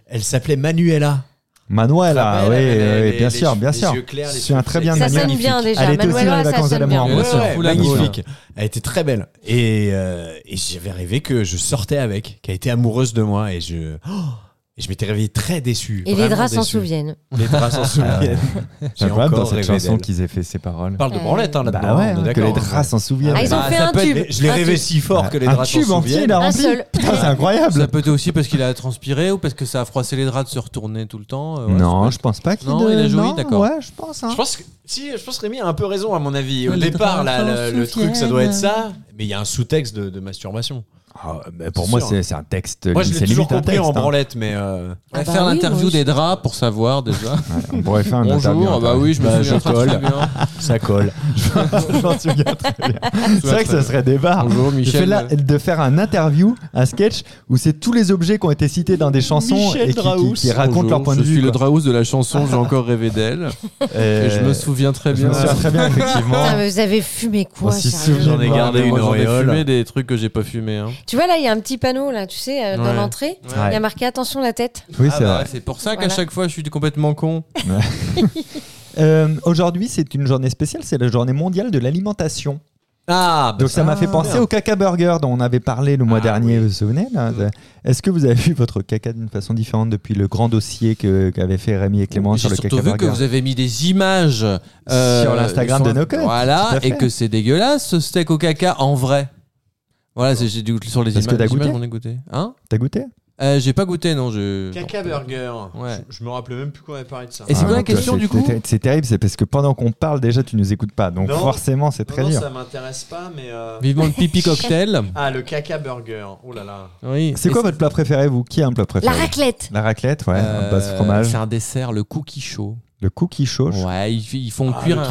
Speaker 5: elle s'appelait Manuela.
Speaker 2: Manuel, ah,
Speaker 5: Elle
Speaker 2: oui,
Speaker 5: avait les-
Speaker 2: oui,
Speaker 5: les-
Speaker 2: bien
Speaker 5: les
Speaker 2: sûr,
Speaker 5: cheveux-
Speaker 2: bien
Speaker 5: les
Speaker 2: sûr.
Speaker 5: yeux clairs, les
Speaker 2: C'est un
Speaker 5: cheveux
Speaker 2: très bien
Speaker 5: flex.
Speaker 4: ça sonne
Speaker 2: magnifique.
Speaker 4: bien déjà.
Speaker 2: Elle était aussi
Speaker 4: Manuela,
Speaker 2: dans les
Speaker 4: ça
Speaker 2: vacances de
Speaker 4: sonne
Speaker 2: l'amour.
Speaker 4: bien.
Speaker 3: Ouais,
Speaker 5: Ouais,
Speaker 3: ça
Speaker 5: ouais,
Speaker 3: fout la
Speaker 5: magnifique. Elle était très belle. Et, euh, et j'avais rêvé que je sortais avec, qu'elle était amoureuse de moi. Et je, oh, et je m'étais réveillé très déçu.
Speaker 4: Et les
Speaker 5: vraiment
Speaker 4: draps s'en
Speaker 5: déçu.
Speaker 4: souviennent.
Speaker 5: Les draps s'en souviennent.
Speaker 2: C'est
Speaker 5: J'ai
Speaker 2: incroyable Ah dans
Speaker 5: encore
Speaker 2: cette
Speaker 5: rêvé
Speaker 2: chanson
Speaker 5: d'elle.
Speaker 2: qu'ils aient fait ces paroles.
Speaker 3: Ah,
Speaker 5: On parle de
Speaker 4: Euh,
Speaker 5: branlette hein, là-dedans.
Speaker 2: Bah ouais,
Speaker 5: on est
Speaker 2: hein, que
Speaker 5: d'accord,
Speaker 2: les
Speaker 5: hein.
Speaker 2: draps s'en souviennent.
Speaker 4: Ah, ils ont
Speaker 5: Bah,
Speaker 4: fait
Speaker 5: ça
Speaker 4: un
Speaker 5: peut être-
Speaker 4: tube.
Speaker 5: mais Je l'ai
Speaker 4: Un
Speaker 5: rêvé
Speaker 4: tube.
Speaker 5: si fort que les
Speaker 2: un
Speaker 5: draps s'en
Speaker 2: tube entier,
Speaker 5: souviennent.
Speaker 2: il a
Speaker 4: Un
Speaker 2: rempli.
Speaker 4: seul.
Speaker 2: Putain, c'est
Speaker 3: Ça
Speaker 2: incroyable.
Speaker 3: peut être aussi parce qu'il a transpiré ou parce que ça a froissé les draps de se retourner tout le temps. euh, ouais,
Speaker 2: Non,
Speaker 3: c'est
Speaker 2: je pense pas qu'il
Speaker 3: Non, il a joui,
Speaker 2: non,
Speaker 3: d'accord.
Speaker 2: Ouais, je pense. hein.
Speaker 5: Je pense que si, je pense que Rémi a un peu raison à mon avis. Au
Speaker 3: Les
Speaker 5: départ,
Speaker 3: draps
Speaker 5: là,
Speaker 3: s'en
Speaker 5: le, le
Speaker 3: souviennent.
Speaker 5: truc, ça doit être ça, mais il y a un sous-texte de, de masturbation.
Speaker 2: Ah, mais pour
Speaker 5: C'est
Speaker 2: moi,
Speaker 5: sûr.
Speaker 2: c'est c'est un texte.
Speaker 5: Moi, je
Speaker 2: c'est
Speaker 5: l'ai toujours
Speaker 2: limite un
Speaker 5: compris en
Speaker 2: texte, hein.
Speaker 5: branlette, mais. euh,
Speaker 4: Ah bah
Speaker 3: faire
Speaker 4: oui,
Speaker 3: l'interview
Speaker 4: moi, je-
Speaker 3: des draps pour savoir déjà.
Speaker 2: Ouais, on pourrait faire un interview,
Speaker 3: Bonjour, ah bah
Speaker 2: interview.
Speaker 3: oui, je me
Speaker 5: Bah,
Speaker 3: souviens
Speaker 5: je
Speaker 3: très,
Speaker 5: colle.
Speaker 3: très bien.
Speaker 5: Ça colle.
Speaker 2: je m'en souviens très bien. C'est vrai que
Speaker 3: très
Speaker 2: ça serait des barres.
Speaker 3: Bonjour
Speaker 2: Ah. Je
Speaker 3: Michel. euh,
Speaker 2: fais là de faire un interview, un sketch où c'est tous les objets qui ont été cités dans des chansons
Speaker 5: Michel
Speaker 2: et qui, qui-
Speaker 5: Draous.
Speaker 2: qui racontent
Speaker 3: Bonjour,
Speaker 2: leur point
Speaker 3: je
Speaker 2: de vue.
Speaker 3: suis le
Speaker 2: quoi.
Speaker 3: Draous de la chanson, j'ai encore rêvé d'elle.
Speaker 2: Euh,
Speaker 3: Et je me souviens très
Speaker 2: je
Speaker 3: bien.
Speaker 2: me souviens très bien, effectivement.
Speaker 4: Putain, mais vous avez fumé quoi
Speaker 2: On s'y
Speaker 4: sérieux
Speaker 2: souvient.
Speaker 5: J'en ai
Speaker 2: Bah,
Speaker 5: gardé
Speaker 3: mais
Speaker 5: une
Speaker 3: moi, j'en ai
Speaker 5: auréole.
Speaker 3: fumé des trucs que j'ai pas fumé. hein.
Speaker 4: Tu vois là, il y a un petit panneau là, tu sais, euh, dans
Speaker 3: Ouais.
Speaker 4: l'entrée. Il y
Speaker 2: Ouais.
Speaker 4: a marqué attention la tête.
Speaker 2: Oui,
Speaker 3: Ah
Speaker 2: c'est
Speaker 3: bah,
Speaker 2: vrai.
Speaker 3: c'est pour ça qu'à
Speaker 4: Voilà.
Speaker 3: chaque fois je suis complètement con.
Speaker 2: Euh, Aujourd'hui, c'est une journée spéciale, c'est la journée mondiale de l'alimentation.
Speaker 5: Ah, bah
Speaker 2: Donc ça m'a fait penser
Speaker 5: bien.
Speaker 2: au caca burger dont on avait parlé le mois
Speaker 3: Ah
Speaker 2: dernier,
Speaker 3: oui.
Speaker 2: vous vous souvenez là
Speaker 3: Mm.
Speaker 2: Est-ce que vous avez vu votre caca d'une façon différente depuis le grand dossier que- qu'avaient fait Rémi et Clément
Speaker 3: Oh, J'ai
Speaker 2: sur le
Speaker 3: surtout
Speaker 2: caca
Speaker 3: vu que
Speaker 2: burger
Speaker 3: vous avez mis des images euh,
Speaker 2: Sur l'Instagram de nos codes, tout
Speaker 3: Voilà,
Speaker 2: à fait.
Speaker 3: et que c'est dégueulasse ce steak au caca en vrai. Voilà, c'est- j'ai dû sur les
Speaker 2: Parce que
Speaker 3: images.
Speaker 2: t'as
Speaker 3: les images,
Speaker 2: goûté
Speaker 3: j'en ai goûté. Hein
Speaker 2: T'as goûté
Speaker 3: Euh, J'ai pas goûté, non. Je...
Speaker 5: Caca burger.
Speaker 3: Ouais.
Speaker 5: Je, je me rappelais même plus qu'on avait parlé de ça.
Speaker 3: Et c'est
Speaker 2: Ah,
Speaker 3: quoi la
Speaker 2: donc,
Speaker 3: question
Speaker 2: c'est-
Speaker 3: du coup
Speaker 2: c'est- C'est terrible, c'est parce que pendant qu'on parle déjà, tu nous écoutes pas. Donc
Speaker 5: Non.
Speaker 2: forcément, c'est très
Speaker 5: non, non,
Speaker 2: dur.
Speaker 5: ça m'intéresse pas, mais. euh,
Speaker 3: Vivement le pipi cocktail.
Speaker 5: Ah, le caca burger. Oh là là.
Speaker 3: Oui.
Speaker 2: C'est
Speaker 3: Et
Speaker 2: quoi votre plat préféré, vous Qui a un plat
Speaker 4: La
Speaker 2: préféré
Speaker 4: raclette.
Speaker 2: La raclette, ouais,
Speaker 3: Euh,
Speaker 2: un base fromage.
Speaker 3: C'est un dessert, le cookie chaud.
Speaker 2: Le cookie chaud.
Speaker 3: Ouais, ils, ils font cuire un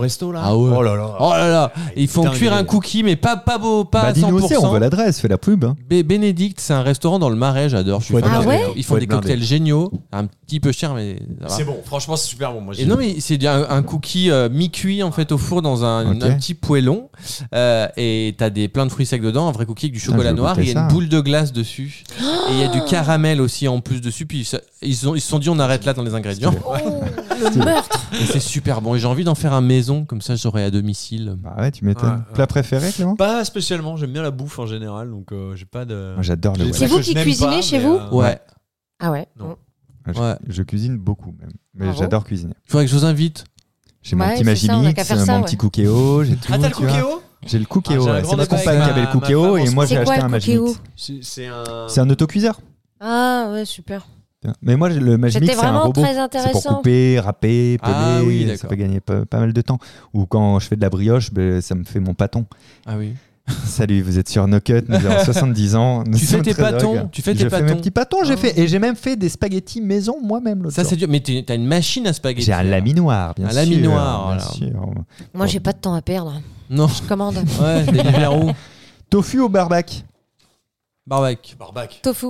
Speaker 5: resto Ah, là.
Speaker 3: Ah ouais.
Speaker 5: Oh là là.
Speaker 3: Oh là là, ils font
Speaker 5: Putain,
Speaker 3: cuire
Speaker 5: il est-
Speaker 3: un cookie, mais pas pas beau, pas
Speaker 2: Bah
Speaker 3: à
Speaker 2: dis-nous aussi, on veut
Speaker 3: 100%.
Speaker 2: l'adresse, fais la pub. hein.
Speaker 3: Bé- Bénédicte, c'est un restaurant dans le Marais, j'adore. Je suis
Speaker 2: Faut
Speaker 3: fan.
Speaker 4: être blindé,
Speaker 3: ils font
Speaker 2: Faut
Speaker 3: des
Speaker 2: être blindé.
Speaker 3: cocktails géniaux, un petit peu cher, mais ça va.
Speaker 5: C'est bon. Franchement, c'est super bon. Moi,
Speaker 3: Et non, mais c'est un, un cookie euh, mi-cuit en fait au four dans un,
Speaker 2: Ok.
Speaker 3: un petit poêlon. Euh, et t'as des, plein de fruits secs dedans, un vrai cookie avec du
Speaker 2: Ah, je
Speaker 3: chocolat
Speaker 2: vais
Speaker 3: noir.
Speaker 2: goûter
Speaker 3: Il y a
Speaker 2: ça.
Speaker 3: une boule de glace dessus. et il y a du caramel aussi en plus dessus. Puis ça- ils, ont, ils se sont dit on arrête là dans les ingrédients.
Speaker 4: Oh, le meurtre.
Speaker 3: Et c'est super bon. Et j'ai envie d'en faire un maison, comme ça j'aurai à domicile.
Speaker 2: Bah ouais, tu m'étonnes.
Speaker 5: Ouais,
Speaker 2: Plat préféré, Clément
Speaker 5: Pas spécialement. J'aime bien la bouffe en général, donc euh, j'ai pas de.
Speaker 2: Moi, J'adore le
Speaker 5: J'ai
Speaker 2: web.
Speaker 5: des
Speaker 4: C'est
Speaker 5: trucs
Speaker 4: vous
Speaker 5: que je
Speaker 4: qui
Speaker 5: n'aime
Speaker 4: cuisinez
Speaker 5: pas,
Speaker 4: chez
Speaker 5: mais,
Speaker 4: vous
Speaker 5: euh,
Speaker 3: Ouais.
Speaker 4: Ah ouais.
Speaker 5: Non.
Speaker 2: Je,
Speaker 3: Ouais.
Speaker 2: je cuisine beaucoup même, mais
Speaker 4: Ah bon
Speaker 2: j'adore cuisiner.
Speaker 3: Il faudrait que je vous invite.
Speaker 2: J'ai mon
Speaker 4: Ouais,
Speaker 2: petit
Speaker 4: c'est ça, on a
Speaker 2: Magimix, euh,
Speaker 4: qu'à faire
Speaker 2: mon
Speaker 4: ça, ouais.
Speaker 2: petit Cookéo, j'ai tout.
Speaker 5: Ah, t'as le
Speaker 2: tu vois.
Speaker 5: cookéo
Speaker 2: J'ai le Cookéo,
Speaker 5: Ah, j'ai un
Speaker 2: ouais.
Speaker 5: grand
Speaker 2: c'est ma
Speaker 5: débat avec
Speaker 2: compagne qui
Speaker 5: ma-
Speaker 2: avait le
Speaker 5: ma
Speaker 2: Cookéo
Speaker 5: femme en
Speaker 2: et
Speaker 5: ce
Speaker 2: moi
Speaker 4: C'est
Speaker 2: j'ai
Speaker 4: quoi,
Speaker 2: acheté
Speaker 4: le
Speaker 2: un
Speaker 4: Cookéo
Speaker 2: Magimix.
Speaker 5: C'est c'est un.
Speaker 2: C'est un autocuiseur.
Speaker 4: Ah ouais, super.
Speaker 2: Mais moi j'ai- le Magimix
Speaker 4: C'était
Speaker 2: c'est un
Speaker 4: vraiment
Speaker 2: robot.
Speaker 4: très
Speaker 2: C'est pour
Speaker 4: intéressant.
Speaker 2: couper, râper, peler,
Speaker 3: Ah oui,
Speaker 2: ça
Speaker 3: d'accord.
Speaker 2: peut gagner pas, pas mal de temps. Ou quand je fais de la brioche, ben, ça me fait mon pâton.
Speaker 3: Ah oui.
Speaker 2: Salut, vous êtes sur No Cut, nous avons 70 ans. nous
Speaker 3: Tu fais
Speaker 2: sommes
Speaker 3: tes
Speaker 2: très
Speaker 3: pâtons,
Speaker 2: heureux.
Speaker 3: tu fais tes
Speaker 2: Je fais
Speaker 3: pâtons.
Speaker 2: mes petits pâtons, j'ai
Speaker 3: Ah.
Speaker 2: fait. Et j'ai même fait des spaghettis maison moi-même l'autre
Speaker 3: Ça
Speaker 2: jour.
Speaker 3: c'est dur. Mais t'es- t'as une machine à spaghetti.
Speaker 2: J'ai un laminoir, bien
Speaker 3: Un
Speaker 2: sûr.
Speaker 3: laminoir,
Speaker 2: bien sûr.
Speaker 4: Moi, j'ai pas de temps à perdre.
Speaker 3: Non.
Speaker 4: Je commande.
Speaker 3: Ouais. Deliveroo.
Speaker 2: Tofu au barbac.
Speaker 3: Barbac.
Speaker 5: Barbac.
Speaker 4: Tofu.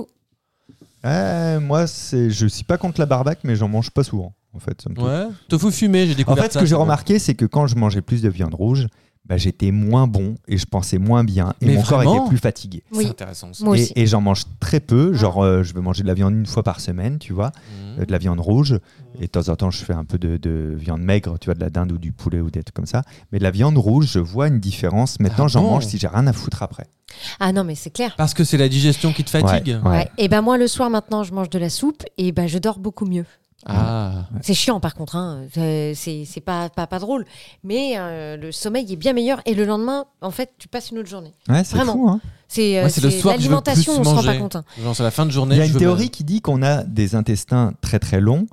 Speaker 2: Euh, moi, c'est, je suis pas contre la barbac, mais j'en mange pas souvent, en fait. ça me touche.
Speaker 3: Ouais. Tofu fumé, j'ai
Speaker 2: En
Speaker 3: découvert
Speaker 2: fait, ce
Speaker 3: ça,
Speaker 2: que j'ai
Speaker 3: c'est bon.
Speaker 2: remarqué, c'est que quand je mangeais plus de viande rouge, bah, j'étais moins bon et je pensais moins bien et
Speaker 3: Mais
Speaker 2: mon corps
Speaker 3: vraiment
Speaker 2: était plus fatigué.
Speaker 3: C'est
Speaker 4: Oui.
Speaker 3: intéressant. ça.
Speaker 4: Moi aussi. Ah.
Speaker 2: Et, et j'en mange très peu, genre euh, je vais manger de la viande une fois par semaine, tu
Speaker 4: Mmh.
Speaker 2: vois,
Speaker 3: Mhm.
Speaker 2: euh, de la viande rouge, et de temps en temps je fais un peu de, de viande maigre, tu vois, de la dinde ou du poulet ou des trucs comme ça, mais de la viande rouge, je vois une différence, maintenant
Speaker 3: Ah
Speaker 2: j'en
Speaker 3: bon
Speaker 2: mange si j'ai rien à foutre après.
Speaker 4: Ah non, mais c'est clair.
Speaker 3: Parce que c'est la digestion qui te fatigue.
Speaker 2: Ouais.
Speaker 4: Ouais. Et ben moi, le soir maintenant, je mange de la soupe et ben je dors beaucoup mieux.
Speaker 3: Ah.
Speaker 4: C'est chiant par contre, hein. Euh, c'est c'est pas, pas, pas drôle. Mais euh, le sommeil est bien meilleur et le lendemain, en fait, tu passes une autre journée.
Speaker 2: Ouais, c'est
Speaker 4: Vraiment.
Speaker 2: fou, hein.
Speaker 4: C'est euh,
Speaker 3: Moi, c'est le
Speaker 4: c'est
Speaker 3: soir que je veux
Speaker 4: l'alimentation,
Speaker 3: plus
Speaker 4: on se rend
Speaker 3: manger.
Speaker 4: pas compte. hein.
Speaker 3: Genre c'est la fin de journée.
Speaker 2: Il y a
Speaker 3: je
Speaker 2: une
Speaker 3: veux
Speaker 2: théorie qui dit qu'on a des intestins très très longs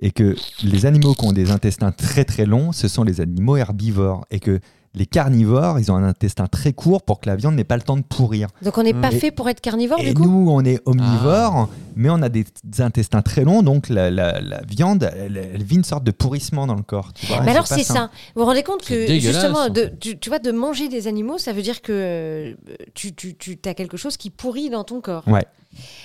Speaker 2: et que les animaux qui ont des intestins très très longs, ce sont les animaux herbivores et que les carnivores, ils ont un intestin très court pour que la viande n'ait pas le temps de pourrir.
Speaker 4: Donc on n'est pas
Speaker 2: Et-
Speaker 4: fait pour être carnivore
Speaker 2: et
Speaker 4: du coup.
Speaker 2: nous, on est
Speaker 3: Ah.
Speaker 2: omnivores, mais on a des des intestins très longs, donc la, la- la viande, elle, elle vit une sorte de pourrissement dans le corps. tu vois,
Speaker 4: Mais Bah alors
Speaker 2: pas
Speaker 4: c'est
Speaker 2: sain.
Speaker 4: ça. Vous vous rendez compte
Speaker 3: C'est
Speaker 4: que
Speaker 3: dégueulasse,
Speaker 4: justement,
Speaker 3: en
Speaker 4: de, tu, tu vois, de manger des animaux, ça veut dire que euh, tu, tu, tu as quelque chose qui pourrit dans ton corps.
Speaker 2: Ouais,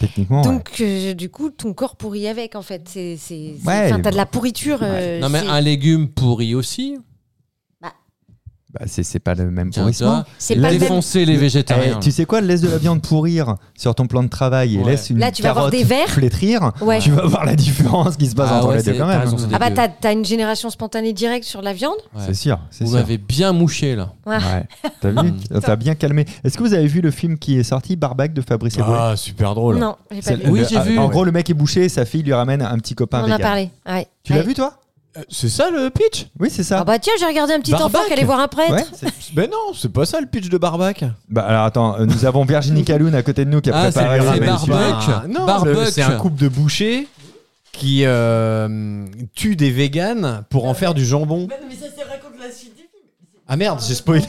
Speaker 2: techniquement. ouais.
Speaker 4: Donc euh, du coup, ton corps pourrit avec en fait. C'est c'est c'est-
Speaker 2: Ouais.
Speaker 4: enfin, t'as de la pourriture. euh,
Speaker 3: Non mais
Speaker 4: c'est-
Speaker 3: un légume pourri aussi.
Speaker 2: Bah, c'est c'est pas le même
Speaker 3: Tiens,
Speaker 2: pourrissement.
Speaker 3: toi,
Speaker 4: c'est pas le même.
Speaker 3: Défoncer les végétariens.
Speaker 2: Eh, tu sais quoi, laisse de la viande pourrir sur ton plan de travail et
Speaker 3: Ouais.
Speaker 2: laisse une
Speaker 4: Là, tu vas avoir
Speaker 2: carotte
Speaker 4: des vers.
Speaker 2: flétrir.
Speaker 4: Ouais.
Speaker 2: tu vas voir la différence qui se passe
Speaker 3: Ah
Speaker 2: entre
Speaker 3: ouais,
Speaker 2: les deux
Speaker 3: c'est-
Speaker 2: quand
Speaker 3: t'as
Speaker 2: même.
Speaker 3: raison, c'est
Speaker 4: Ah bah
Speaker 3: dégueu.
Speaker 4: t'as t'as une génération spontanée directe sur la viande.
Speaker 3: Ouais.
Speaker 2: C'est sûr, c'est
Speaker 3: Vous
Speaker 2: sûr.
Speaker 3: m'avez bien mouché là.
Speaker 2: Ouais.
Speaker 4: Ah.
Speaker 2: T'as vu T'as bien calmé. Est-ce que vous avez vu le film qui est sorti, Barbac de Fabrice Eboué
Speaker 5: Ah, super drôle.
Speaker 4: Non, j'ai pas
Speaker 2: C'est-
Speaker 4: vu.
Speaker 3: Oui,
Speaker 2: le- ah,
Speaker 3: j'ai vu.
Speaker 2: En gros, le mec est bouché et sa fille lui ramène un petit
Speaker 4: On
Speaker 2: copain
Speaker 4: en a
Speaker 2: vegan.
Speaker 4: parlé. Ouais.
Speaker 2: Tu l'as
Speaker 4: Ouais.
Speaker 2: vu toi
Speaker 5: Euh, C'est ça le pitch
Speaker 2: Oui, c'est ça.
Speaker 4: Ah bah tiens, j'ai regardé un petit enfant
Speaker 5: Barbac.
Speaker 4: qui allait voir un prêtre.
Speaker 2: Ouais.
Speaker 5: Ben non, c'est pas ça le pitch de Barbac.
Speaker 2: Bah alors attends, euh, nous avons Virginie Caloun à côté de nous qui a
Speaker 3: Ah,
Speaker 2: préparé
Speaker 3: c'est
Speaker 2: le
Speaker 3: lui,
Speaker 2: film.
Speaker 3: Barbac. Barbuck.
Speaker 5: Non,
Speaker 3: Barbuck.
Speaker 5: le- c'est un couple de bouchers qui euh, tue des véganes pour en faire du jambon.
Speaker 7: mais ça c'est raconte la suite du film.
Speaker 5: Ah merde, j'ai spoilé.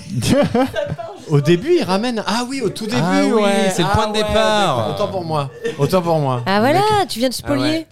Speaker 5: au début, il ramène. Ah oui, au tout début,
Speaker 3: Ah oui,
Speaker 5: ouais.
Speaker 3: c'est le
Speaker 5: Ah
Speaker 3: point de
Speaker 5: ouais,
Speaker 3: départ.
Speaker 5: Autant pour moi. Autant pour moi.
Speaker 4: Ah voilà, tu viens de spoiler.
Speaker 2: Ah
Speaker 5: ouais.